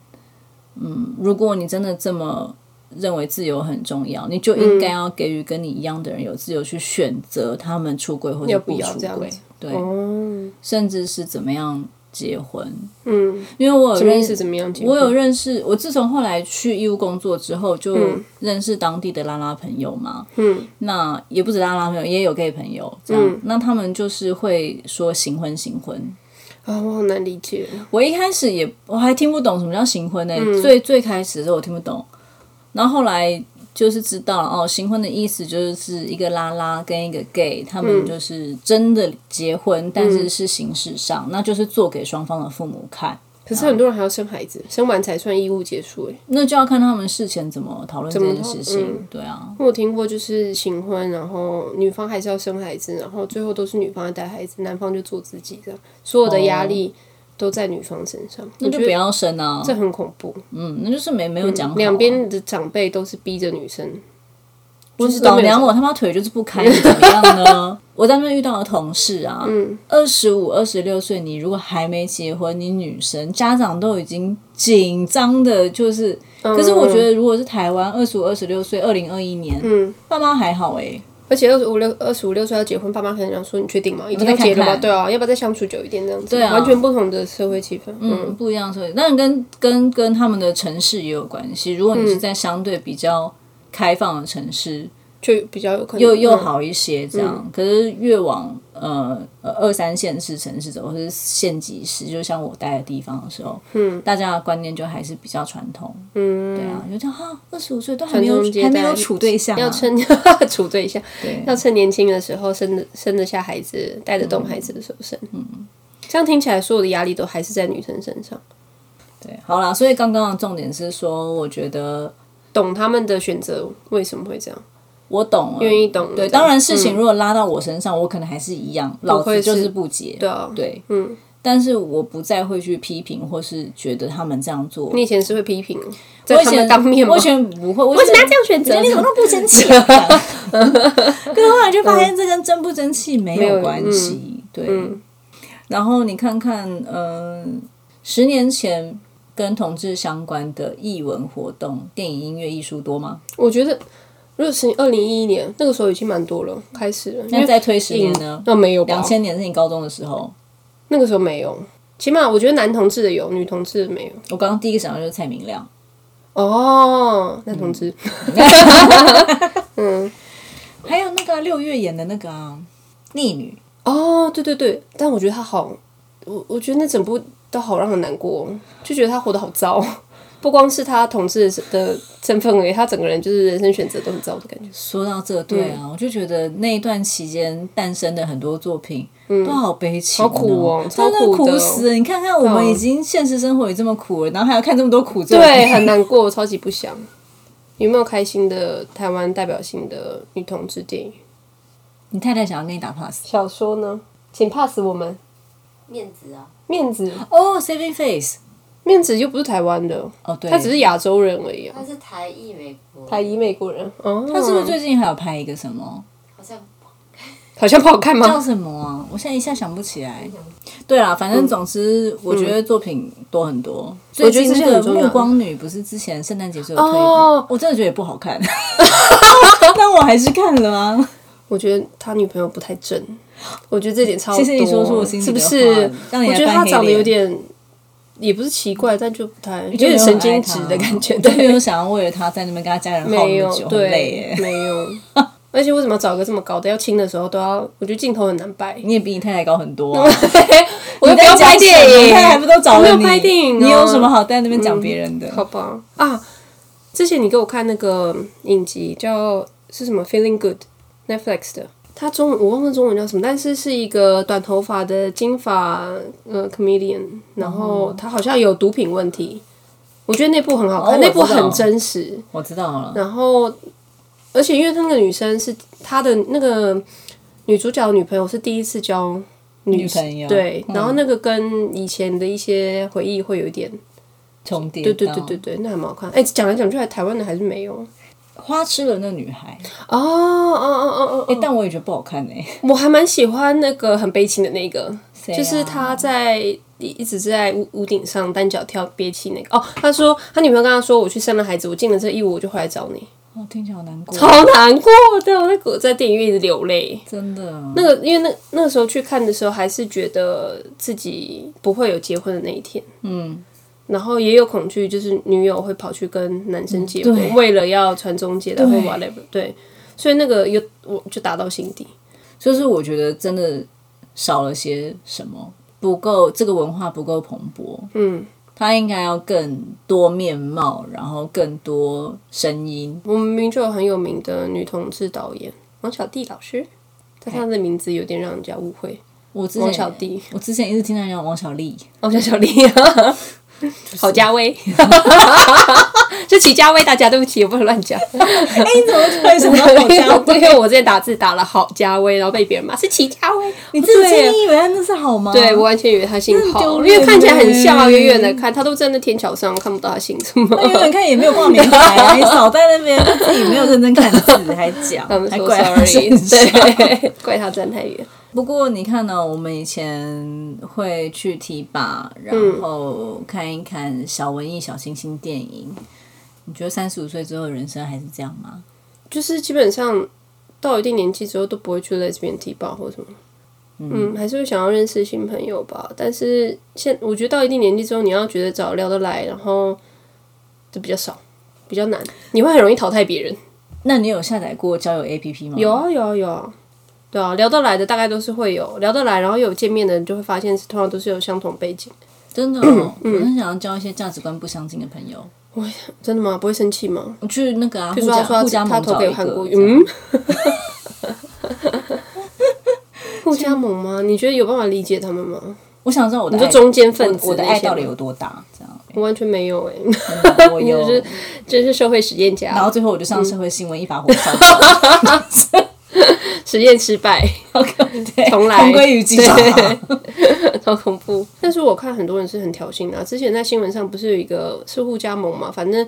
[SPEAKER 1] 嗯，如果你真的这么认为自由很重要，你就应该要给予跟你一样的人有自由去选择他们出轨或者
[SPEAKER 2] 要
[SPEAKER 1] 不
[SPEAKER 2] 不要
[SPEAKER 1] 出
[SPEAKER 2] 这样
[SPEAKER 1] 轨
[SPEAKER 2] 子，
[SPEAKER 1] 对，
[SPEAKER 2] 哦，
[SPEAKER 1] 甚至是怎么样结婚。
[SPEAKER 2] 嗯，
[SPEAKER 1] 哦因为我有
[SPEAKER 2] 什么
[SPEAKER 1] 认
[SPEAKER 2] 意
[SPEAKER 1] 识
[SPEAKER 2] 思？怎么样？
[SPEAKER 1] 我有认识，我自从后来去义务工作之后，就认识当地的拉拉朋友嘛。
[SPEAKER 2] 嗯，
[SPEAKER 1] 那也不止拉拉朋友，也有 gay 朋友这样。那他们就是会说行婚行婚。
[SPEAKER 2] 啊、我好难理解。
[SPEAKER 1] 我一开始也我还听不懂什么叫行婚呢、
[SPEAKER 2] 嗯
[SPEAKER 1] 最最开始的时候我听不懂，然后后来就是知道了哦，行婚的意思就是一个拉拉跟一个 gay，他
[SPEAKER 2] 嗯
[SPEAKER 1] 们就是真的结婚，但是是形式上，那就是做给双方的父母看。
[SPEAKER 2] 可是很多人还要生孩子，生完才算义务结束。哎，
[SPEAKER 1] 那就要看他们事前怎么讨论这件事
[SPEAKER 2] 怎么嗯讨
[SPEAKER 1] 情，对啊，
[SPEAKER 2] 我有听过就是行婚，然后女方还是要生孩子，然后最后都是女方在带孩子，男方就做自己这样，所有的压力都在女方身上。
[SPEAKER 1] 哦那
[SPEAKER 2] 我
[SPEAKER 1] 就
[SPEAKER 2] 觉
[SPEAKER 1] 不
[SPEAKER 2] 得
[SPEAKER 1] 要生啊，
[SPEAKER 2] 这很恐怖，
[SPEAKER 1] 嗯，那就是没没有讲好啊
[SPEAKER 2] 两边的长辈都是逼着女生。
[SPEAKER 1] 我
[SPEAKER 2] 就是都
[SPEAKER 1] 老
[SPEAKER 2] 没有
[SPEAKER 1] 娘
[SPEAKER 2] 讲
[SPEAKER 1] 我他妈腿就是不开，你怎么样呢？ 我在那边遇到的同事啊，
[SPEAKER 2] 嗯
[SPEAKER 1] 二十五、二十六岁，你如果还没结婚，你女生家长都已经紧张的，就是。
[SPEAKER 2] 嗯
[SPEAKER 1] 可是我觉得，如果是台湾二十五、二十六岁，二零二一年，嗯，爸妈还好哎、
[SPEAKER 2] 嗯而且二十五六、二十五六岁要结婚，爸妈可能想说：“你确定吗？一定要结了
[SPEAKER 1] 看
[SPEAKER 2] 吗？”
[SPEAKER 1] 看
[SPEAKER 2] 对啊，要不要再相处久一点这样子？
[SPEAKER 1] 对啊
[SPEAKER 2] 完全不同的社会气氛。
[SPEAKER 1] 嗯，
[SPEAKER 2] 嗯，
[SPEAKER 1] 不一样所以当然跟跟跟他们的城市也有关系。如果你是
[SPEAKER 2] 嗯
[SPEAKER 1] 在相对比较开放的城市，
[SPEAKER 2] 就比较有嗯可能
[SPEAKER 1] 又又。好一些这样。可是越往呃呃二三线市城市走，或是县级市，就像我待的地方的时候，嗯，大家的观念就还是比较传统，嗯，对啊，就这样哈，二十五岁都还没有
[SPEAKER 2] 传宗接代
[SPEAKER 1] 还没有处对象、啊，
[SPEAKER 2] 要趁 处对象，
[SPEAKER 1] 对
[SPEAKER 2] 要趁年轻的时候生得生得下孩子，带得动孩子的时候生。嗯，这样听起来所有的压力都还是在女生身上，
[SPEAKER 1] 对，好啦，所以刚刚的重点是说，我觉得
[SPEAKER 2] 懂他们的选择为什么会这样，
[SPEAKER 1] 我懂了，
[SPEAKER 2] 愿意懂了。
[SPEAKER 1] 对，
[SPEAKER 2] 这样
[SPEAKER 1] 当然事情如果拉到我身上，我可能还是一样，老子就是不结，
[SPEAKER 2] 对啊，
[SPEAKER 1] 对，
[SPEAKER 2] 嗯，
[SPEAKER 1] 但是我不再会去批评或是觉得他们这样做。
[SPEAKER 2] 你以前是会批评在
[SPEAKER 1] 我以
[SPEAKER 2] 他们
[SPEAKER 1] 前
[SPEAKER 2] 当面吗
[SPEAKER 1] 我以？前不会，我
[SPEAKER 2] 为什么
[SPEAKER 1] 以
[SPEAKER 2] 要
[SPEAKER 1] 前
[SPEAKER 2] 这样选
[SPEAKER 1] 我觉得？你怎
[SPEAKER 2] 择
[SPEAKER 1] 么那么不争气、啊？ 可是后来就发现这跟争不争气没
[SPEAKER 2] 没
[SPEAKER 1] 有嗯
[SPEAKER 2] 有
[SPEAKER 1] 关系，对。然后你看看，呃，十年前跟同志相关的艺文活动、电影、音乐、艺术多吗？
[SPEAKER 2] 我觉得，如果是二零一一年那个时候已经蛮多了，开始了。因
[SPEAKER 1] 那
[SPEAKER 2] 为
[SPEAKER 1] 再推十年呢？
[SPEAKER 2] 那没有吧
[SPEAKER 1] 两？千年是你高中的时候，
[SPEAKER 2] 那个时候没有，起码我觉得男同志的有，女同志的没有。
[SPEAKER 1] 我刚刚第一个想到就是蔡明亮。
[SPEAKER 2] 哦，男同志，
[SPEAKER 1] 还有那个啊六月演的那个啊，逆女，
[SPEAKER 2] 哦，对对对，但我觉得他好，我我觉得那整部都好让人难过哦，就觉得他活得好糟。不光是他同志的身份而已，他整个人就是人生选择都很糟的感觉。
[SPEAKER 1] 说到这对啊，
[SPEAKER 2] 嗯
[SPEAKER 1] 我就觉得那一段期间诞生的很多作品、都好悲情、
[SPEAKER 2] 嗯好苦哦超
[SPEAKER 1] 真
[SPEAKER 2] 苦的
[SPEAKER 1] 的苦死了！你看看我们已经现实生活也这么苦了，然后还要看这么多苦作品，
[SPEAKER 2] 对，很难过，超级不想。有没有开心的台湾代表性的女同志电影？
[SPEAKER 1] 你太太想要跟你打 pass
[SPEAKER 2] 小说呢？请 pass 我们
[SPEAKER 3] 面子啊，
[SPEAKER 2] 面子，
[SPEAKER 1] 哦、s a v i n g Face，
[SPEAKER 2] 面子又不是台湾的，
[SPEAKER 1] 哦对，
[SPEAKER 2] 他只是亚洲人而已啊
[SPEAKER 3] 他，是台裔美国，
[SPEAKER 2] 台裔美国人。哦，
[SPEAKER 1] 他是不是最近还有拍一个什么
[SPEAKER 3] 好像
[SPEAKER 2] 好像不好看
[SPEAKER 1] 叫
[SPEAKER 2] 吗？
[SPEAKER 1] 什么啊？我现在一下想不起来。对啦，反正总之，我觉得作品多很多。最
[SPEAKER 2] 嗯觉得
[SPEAKER 1] 近
[SPEAKER 2] 这些
[SPEAKER 1] 那个
[SPEAKER 2] 很重要
[SPEAKER 1] 《暮光女》不是之前圣诞节就有推一部
[SPEAKER 2] 哦
[SPEAKER 1] 我真的觉得也不好看， 但我还是看了啊。
[SPEAKER 2] 我觉得他女朋友不太正，我觉得这点超
[SPEAKER 1] 谢谢你说出我心里
[SPEAKER 2] 是
[SPEAKER 1] 的
[SPEAKER 2] 不
[SPEAKER 1] 话
[SPEAKER 2] 是？
[SPEAKER 1] 让你
[SPEAKER 2] 我
[SPEAKER 1] 来
[SPEAKER 2] 觉得
[SPEAKER 1] 扮
[SPEAKER 2] 他
[SPEAKER 1] 黑
[SPEAKER 2] 长得
[SPEAKER 1] 脸
[SPEAKER 2] 有点，也不是奇怪，但就不太有
[SPEAKER 1] 就没
[SPEAKER 2] 点
[SPEAKER 1] 有
[SPEAKER 2] 神
[SPEAKER 1] 很
[SPEAKER 2] 经
[SPEAKER 1] 爱
[SPEAKER 2] 质
[SPEAKER 1] 他
[SPEAKER 2] 的感 觉。
[SPEAKER 1] 我就没
[SPEAKER 2] 对，
[SPEAKER 1] 有想要为了他在那边跟他家人耗
[SPEAKER 2] 没
[SPEAKER 1] 那么
[SPEAKER 2] 有
[SPEAKER 1] 久，很累
[SPEAKER 2] 对，
[SPEAKER 1] 耶。
[SPEAKER 2] 没有。 而且为什么要找一个这么高的？要亲的时候都要，我觉得镜头很难摆。
[SPEAKER 1] 你也比你太太高很多、啊，你
[SPEAKER 2] 我又不
[SPEAKER 1] 在
[SPEAKER 2] 要
[SPEAKER 1] 讲
[SPEAKER 2] 拍电
[SPEAKER 1] 什么
[SPEAKER 2] 影，
[SPEAKER 1] 太太还不都找
[SPEAKER 2] 我没
[SPEAKER 1] 了
[SPEAKER 2] 有
[SPEAKER 1] 你？
[SPEAKER 2] 拍电影哦
[SPEAKER 1] 你有什么好在那边讲别人的？
[SPEAKER 2] 好吧啊，之前你给我看那个影集叫是什么《Feeling Good》，Netflix 的，它中文我忘了中文叫什么，但是是一个短头发的金发呃 comedian，然后他好像有毒品问题，我觉得那部很好
[SPEAKER 1] 哦
[SPEAKER 2] 看，那部
[SPEAKER 1] 我知道
[SPEAKER 2] 很真实，
[SPEAKER 1] 我知道了，
[SPEAKER 2] 然后而且因为那个女生是她的那个女主角的女朋友是第一次交
[SPEAKER 1] 女朋友
[SPEAKER 2] 对，
[SPEAKER 1] 嗯
[SPEAKER 2] 然后那个跟以前的一些回忆会有一点。
[SPEAKER 1] 重叠。
[SPEAKER 2] 对对对对，对，那还蛮好看。哎、讲来讲去，台湾的还是没有。
[SPEAKER 1] 花痴了那女孩，
[SPEAKER 2] 哦哦哦哦哦，
[SPEAKER 1] 但我也觉得不好看哎、
[SPEAKER 2] 我还蛮喜欢那个很悲情的那个，
[SPEAKER 1] 谁啊
[SPEAKER 2] 就是他在一一直在屋屋顶上单脚跳憋气那个哦，他说他女朋友跟他说我去生了孩子，我进了这义务我就回来找你，
[SPEAKER 1] 哦，听起来好难过，
[SPEAKER 2] 好难过的，我在我在电影院一直流泪。
[SPEAKER 1] 真的。
[SPEAKER 2] 那个因为那那个时候去看的时候，还是觉得自己不会有结婚的那一天，
[SPEAKER 1] 嗯，
[SPEAKER 2] 然后也有恐惧，就是女友会跑去跟男生结
[SPEAKER 1] 嗯
[SPEAKER 2] 婚，
[SPEAKER 1] 对
[SPEAKER 2] 为了要传宗接代或
[SPEAKER 1] 对
[SPEAKER 2] whatever，对，所以那个又我就打到心底。
[SPEAKER 1] 就是我觉得真的少了些什么，不够这个文化不够蓬勃，
[SPEAKER 2] 嗯，
[SPEAKER 1] 它应该要更多面貌，然后更多声音。
[SPEAKER 2] 我们明明就有很有名的女同志导演王小棣老师，但她的名字有点让人家误会，
[SPEAKER 1] 我之前
[SPEAKER 2] 王小棣，
[SPEAKER 1] 我之前一直听到人家王小 利，
[SPEAKER 2] 哦，叫 小丽啊，郝佳薇，就齐佳薇，大家对不起，我不 能乱讲。
[SPEAKER 1] 哎、你怎么突然想到 王小利？
[SPEAKER 2] 对， 因为我之前打字打了郝佳薇，然后被别人骂是齐佳薇，
[SPEAKER 1] 你
[SPEAKER 2] 哦
[SPEAKER 1] 自己
[SPEAKER 2] 对耶
[SPEAKER 1] 你以为那是好吗？
[SPEAKER 2] 对，我完全以为他姓
[SPEAKER 1] 真的
[SPEAKER 2] 郝，
[SPEAKER 1] 啊丢
[SPEAKER 2] 因
[SPEAKER 1] 脸
[SPEAKER 2] 为看起来很像啊，
[SPEAKER 1] 耶
[SPEAKER 2] 远远的看，他都站在天桥上，看不到他姓 什么。
[SPEAKER 1] 那远远看也没有挂名牌、 啊，你少在那边，自己没有认真看字，还讲
[SPEAKER 2] 他们，
[SPEAKER 1] 还
[SPEAKER 2] 说
[SPEAKER 1] 怪他
[SPEAKER 2] sorry，
[SPEAKER 1] 身上
[SPEAKER 2] 对， 怪他站太远。
[SPEAKER 1] 不过你看呢、我们以前呃会去提吧，然后看一看小文艺、小清新电影。你觉得三十五岁之后人生还是这样吗？
[SPEAKER 2] 就是基本上到一定年纪之后都不会去在这边提报或什么。嗯，还是会想要认识新朋友吧。但是现我觉得到一定年纪之后，你要觉得找聊得来，然后就比较少，比较难，你会很容易淘汰别人。
[SPEAKER 1] 那你有下载过交友 APP 吗？
[SPEAKER 2] 有，啊，有啊，有啊，对啊，聊得来的大概都是会有聊得来，然后有见面的，你就会发现是通常都是有相同背景。
[SPEAKER 1] 真的、哦，
[SPEAKER 2] 嗯
[SPEAKER 1] 我很想要交一些价值观不相近的朋友。
[SPEAKER 2] 真的吗？不会生气吗？
[SPEAKER 1] 我去那个啊，
[SPEAKER 2] 比
[SPEAKER 1] 互
[SPEAKER 2] 如说
[SPEAKER 1] 加
[SPEAKER 2] 他说
[SPEAKER 1] 互加
[SPEAKER 2] 他他
[SPEAKER 1] 盟
[SPEAKER 2] 投
[SPEAKER 1] 找
[SPEAKER 2] 给
[SPEAKER 1] 一
[SPEAKER 2] 韩国
[SPEAKER 1] 个
[SPEAKER 2] 瑜，
[SPEAKER 1] 这样，
[SPEAKER 2] 嗯， 互加盟吗？你觉得有办法理解他们吗？
[SPEAKER 1] 我想知道我的
[SPEAKER 2] 你说
[SPEAKER 1] 爱
[SPEAKER 2] 中间分子
[SPEAKER 1] 我我的
[SPEAKER 2] 那
[SPEAKER 1] 爱
[SPEAKER 2] 些
[SPEAKER 1] 到底
[SPEAKER 2] 吗
[SPEAKER 1] 有多大？这 样，
[SPEAKER 2] 我完全没有 哎、
[SPEAKER 1] 我
[SPEAKER 2] 你
[SPEAKER 1] 有
[SPEAKER 2] 就，是真是社会实验
[SPEAKER 1] 然
[SPEAKER 2] 家
[SPEAKER 1] 后，最后我就上社会新闻，一把火烧掉，
[SPEAKER 2] 嗯实验失败，
[SPEAKER 1] 对，
[SPEAKER 2] 重来
[SPEAKER 1] 同归于尽啊吧。
[SPEAKER 2] 超恐怖。但是我看很多人是很挑衅的啊、之前在新闻上不是有一个是互加盟嘛，反正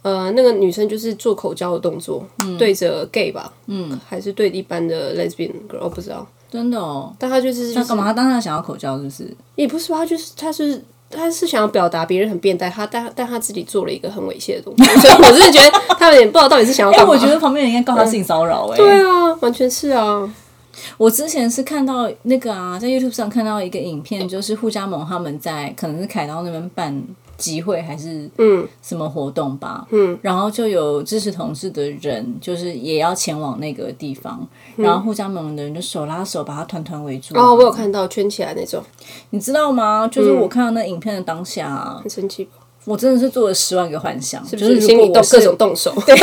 [SPEAKER 2] 呃那个女生就是做口交的动作，对着 gay 吧，嗯，还是对一般的 lesbian girl，我不知道。
[SPEAKER 1] 真的哦，
[SPEAKER 2] 但她就是就
[SPEAKER 1] 那
[SPEAKER 2] 是
[SPEAKER 1] 干嘛？他当然想要口交，是不是？
[SPEAKER 2] 也不是吧，她就是她是。她是想要表达别人很变态，她但但她自己做了一个很猥亵的动作， 所以我真的觉得他们也不知道到底是想要
[SPEAKER 1] 哎、
[SPEAKER 2] 干 嘛。
[SPEAKER 1] 我觉得旁边人应该告他性骚扰哎。
[SPEAKER 2] 对啊，完全是啊，
[SPEAKER 1] 我之前是看到那个啊，在 YouTube 上看到一个影片，就是互加盟他们在可能是凯道那边办集会还是
[SPEAKER 2] 嗯
[SPEAKER 1] 什么活动吧，
[SPEAKER 2] 嗯，
[SPEAKER 1] 然后就有支持同志的人，就是也要前往那个地方，然后互加盟的人就手拉手把他团团围住。
[SPEAKER 2] 嗯哦，我有，看嗯到圈起来那种，
[SPEAKER 1] 你知道吗？就是我看到那影片的当下啊、
[SPEAKER 2] 很生气吧？
[SPEAKER 1] 我真的是做了十万个幻想，
[SPEAKER 2] 是不
[SPEAKER 1] 就是是
[SPEAKER 2] 心
[SPEAKER 1] 如
[SPEAKER 2] 里
[SPEAKER 1] 果
[SPEAKER 2] 动
[SPEAKER 1] 我是
[SPEAKER 2] 各种动手？ 对，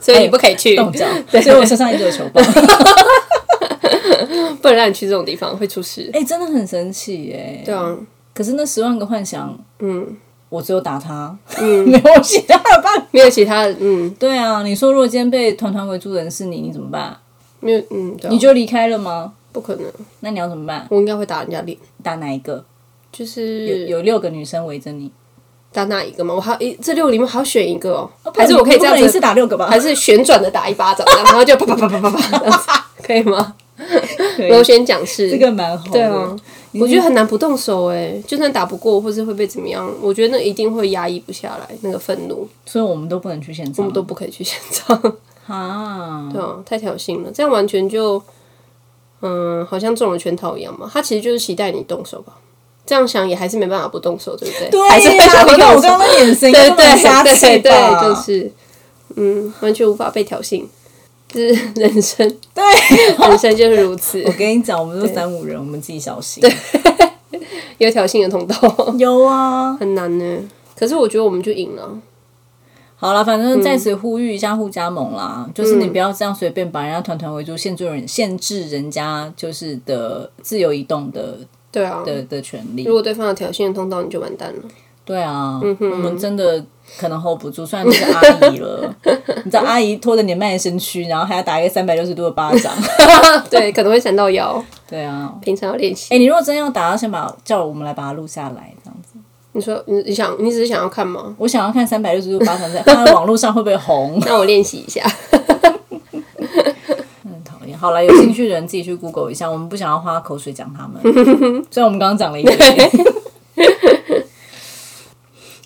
[SPEAKER 2] 所以你不可以去，
[SPEAKER 1] 动 脚，所以我身上一直有球棒。
[SPEAKER 2] 不能让你去这种地方，会出事。
[SPEAKER 1] 哎、真的很神奇耶、
[SPEAKER 2] 对啊，
[SPEAKER 1] 可是那十万个幻想，
[SPEAKER 2] 嗯，
[SPEAKER 1] 我只有打他， 没有其他的办法。
[SPEAKER 2] 没有其他的，嗯，
[SPEAKER 1] 对啊，你说如果今天被团团围住的人是你，你怎么办？
[SPEAKER 2] 没有，嗯，对啊
[SPEAKER 1] 你就离开了吗？
[SPEAKER 2] 不可能，
[SPEAKER 1] 那你要怎么办？
[SPEAKER 2] 我应该会打人家脸，
[SPEAKER 1] 打哪一个？
[SPEAKER 2] 就
[SPEAKER 1] 有
[SPEAKER 2] 是
[SPEAKER 1] 有六个女生围着你，
[SPEAKER 2] 打哪一个嘛？我还一这六个里面还要选一个哦，
[SPEAKER 1] 不
[SPEAKER 2] 还
[SPEAKER 1] 然
[SPEAKER 2] 是我可以
[SPEAKER 1] 你
[SPEAKER 2] 这
[SPEAKER 1] 不
[SPEAKER 2] 样
[SPEAKER 1] 能一次
[SPEAKER 2] 子，
[SPEAKER 1] 打六个吧？
[SPEAKER 2] 还是旋转的打一巴掌，然后就啪啪啪啪啪啪，这样子可以吗？
[SPEAKER 1] 可以
[SPEAKER 2] 螺旋桨式
[SPEAKER 1] 这个蛮好的。
[SPEAKER 2] 对啊，我觉得很难不动手哎、就算打不过或是会被怎么样，我觉得那一定会压抑不下来那个愤怒，
[SPEAKER 1] 所以我们都不能去现场，
[SPEAKER 2] 我们都不可以去现场，
[SPEAKER 1] 啊。
[SPEAKER 2] 对啊，太挑衅了，这样完全就，嗯，好像中了圈套一样嘛。他其实就是期待你动手吧，这样想也还是没办法不动手，对不对？
[SPEAKER 1] 对
[SPEAKER 2] 还是会
[SPEAKER 1] 呀、
[SPEAKER 2] 想
[SPEAKER 1] 我看
[SPEAKER 2] 要动
[SPEAKER 1] 我
[SPEAKER 2] 手
[SPEAKER 1] 刚，刚那眼神，
[SPEAKER 2] 对对
[SPEAKER 1] 根本杀
[SPEAKER 2] 对对
[SPEAKER 1] 气吧？
[SPEAKER 2] 对，就是，嗯，完全无法被挑衅，就是人生，
[SPEAKER 1] 对。
[SPEAKER 2] 人生就是如此，
[SPEAKER 1] 我跟你讲，我们都三五人，我们自己小心。
[SPEAKER 2] 有挑衅的 通道。
[SPEAKER 1] 有啊，
[SPEAKER 2] 很难呢。可是我觉得我们就赢了，
[SPEAKER 1] 好了，反正在此
[SPEAKER 2] 嗯
[SPEAKER 1] 呼吁一下互加盟啦，就是你不要这样随便把人家团团围住，限制人限制人家就是的自由移动的
[SPEAKER 2] 对啊。
[SPEAKER 1] 的的权利
[SPEAKER 2] 如。果对嗯方有挑衅的通道，你就完蛋 了。
[SPEAKER 1] 对啊，我们真的可能 hold 不住，虽然你是阿姨了， 你知道阿姨拖着年迈的身躯，然后还要打一个三百六十度的巴 掌。
[SPEAKER 2] 对，可能会闪到腰，
[SPEAKER 1] 对啊，
[SPEAKER 2] 平常要练习。
[SPEAKER 1] 哎、你如果真要打，要先把叫我们来把它录下来，这样子。
[SPEAKER 2] 你说你你想你只是想要 看吗？，
[SPEAKER 1] 我想要看三百六十度巴掌在放在网络上会不会红
[SPEAKER 2] 那我练习一下。
[SPEAKER 1] 很讨厌。好了，有兴趣的人自己去 Google 一下，我们不想要花口水讲他们。虽然我们刚刚讲了一点点。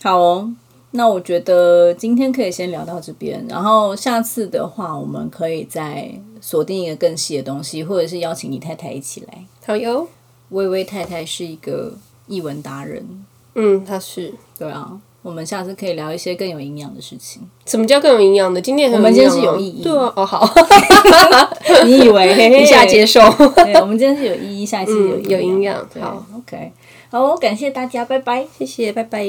[SPEAKER 1] 好哦，那我觉得今天可以先聊到这边，然后下次的话，我们可以再锁定一个更细的东西，或者是邀请你太太一起来。
[SPEAKER 2] 好哟，
[SPEAKER 1] 微微太太是一个译文达人，
[SPEAKER 2] 嗯，他是。
[SPEAKER 1] 对啊，我们下次可以聊一些更有营养的事情。
[SPEAKER 2] 什么叫更有营养的？今天也很
[SPEAKER 1] 我们今天
[SPEAKER 2] 营养啊
[SPEAKER 1] 是有意义
[SPEAKER 2] 对啊，哦好，
[SPEAKER 1] 你以为嘿嘿
[SPEAKER 2] 以下接受，
[SPEAKER 1] 对，我们今天是有意义，下一次有
[SPEAKER 2] 嗯有营
[SPEAKER 1] 营
[SPEAKER 2] 养
[SPEAKER 1] 对
[SPEAKER 2] 好
[SPEAKER 1] ，OK，好，感谢大家，拜拜。
[SPEAKER 2] 谢谢，拜拜。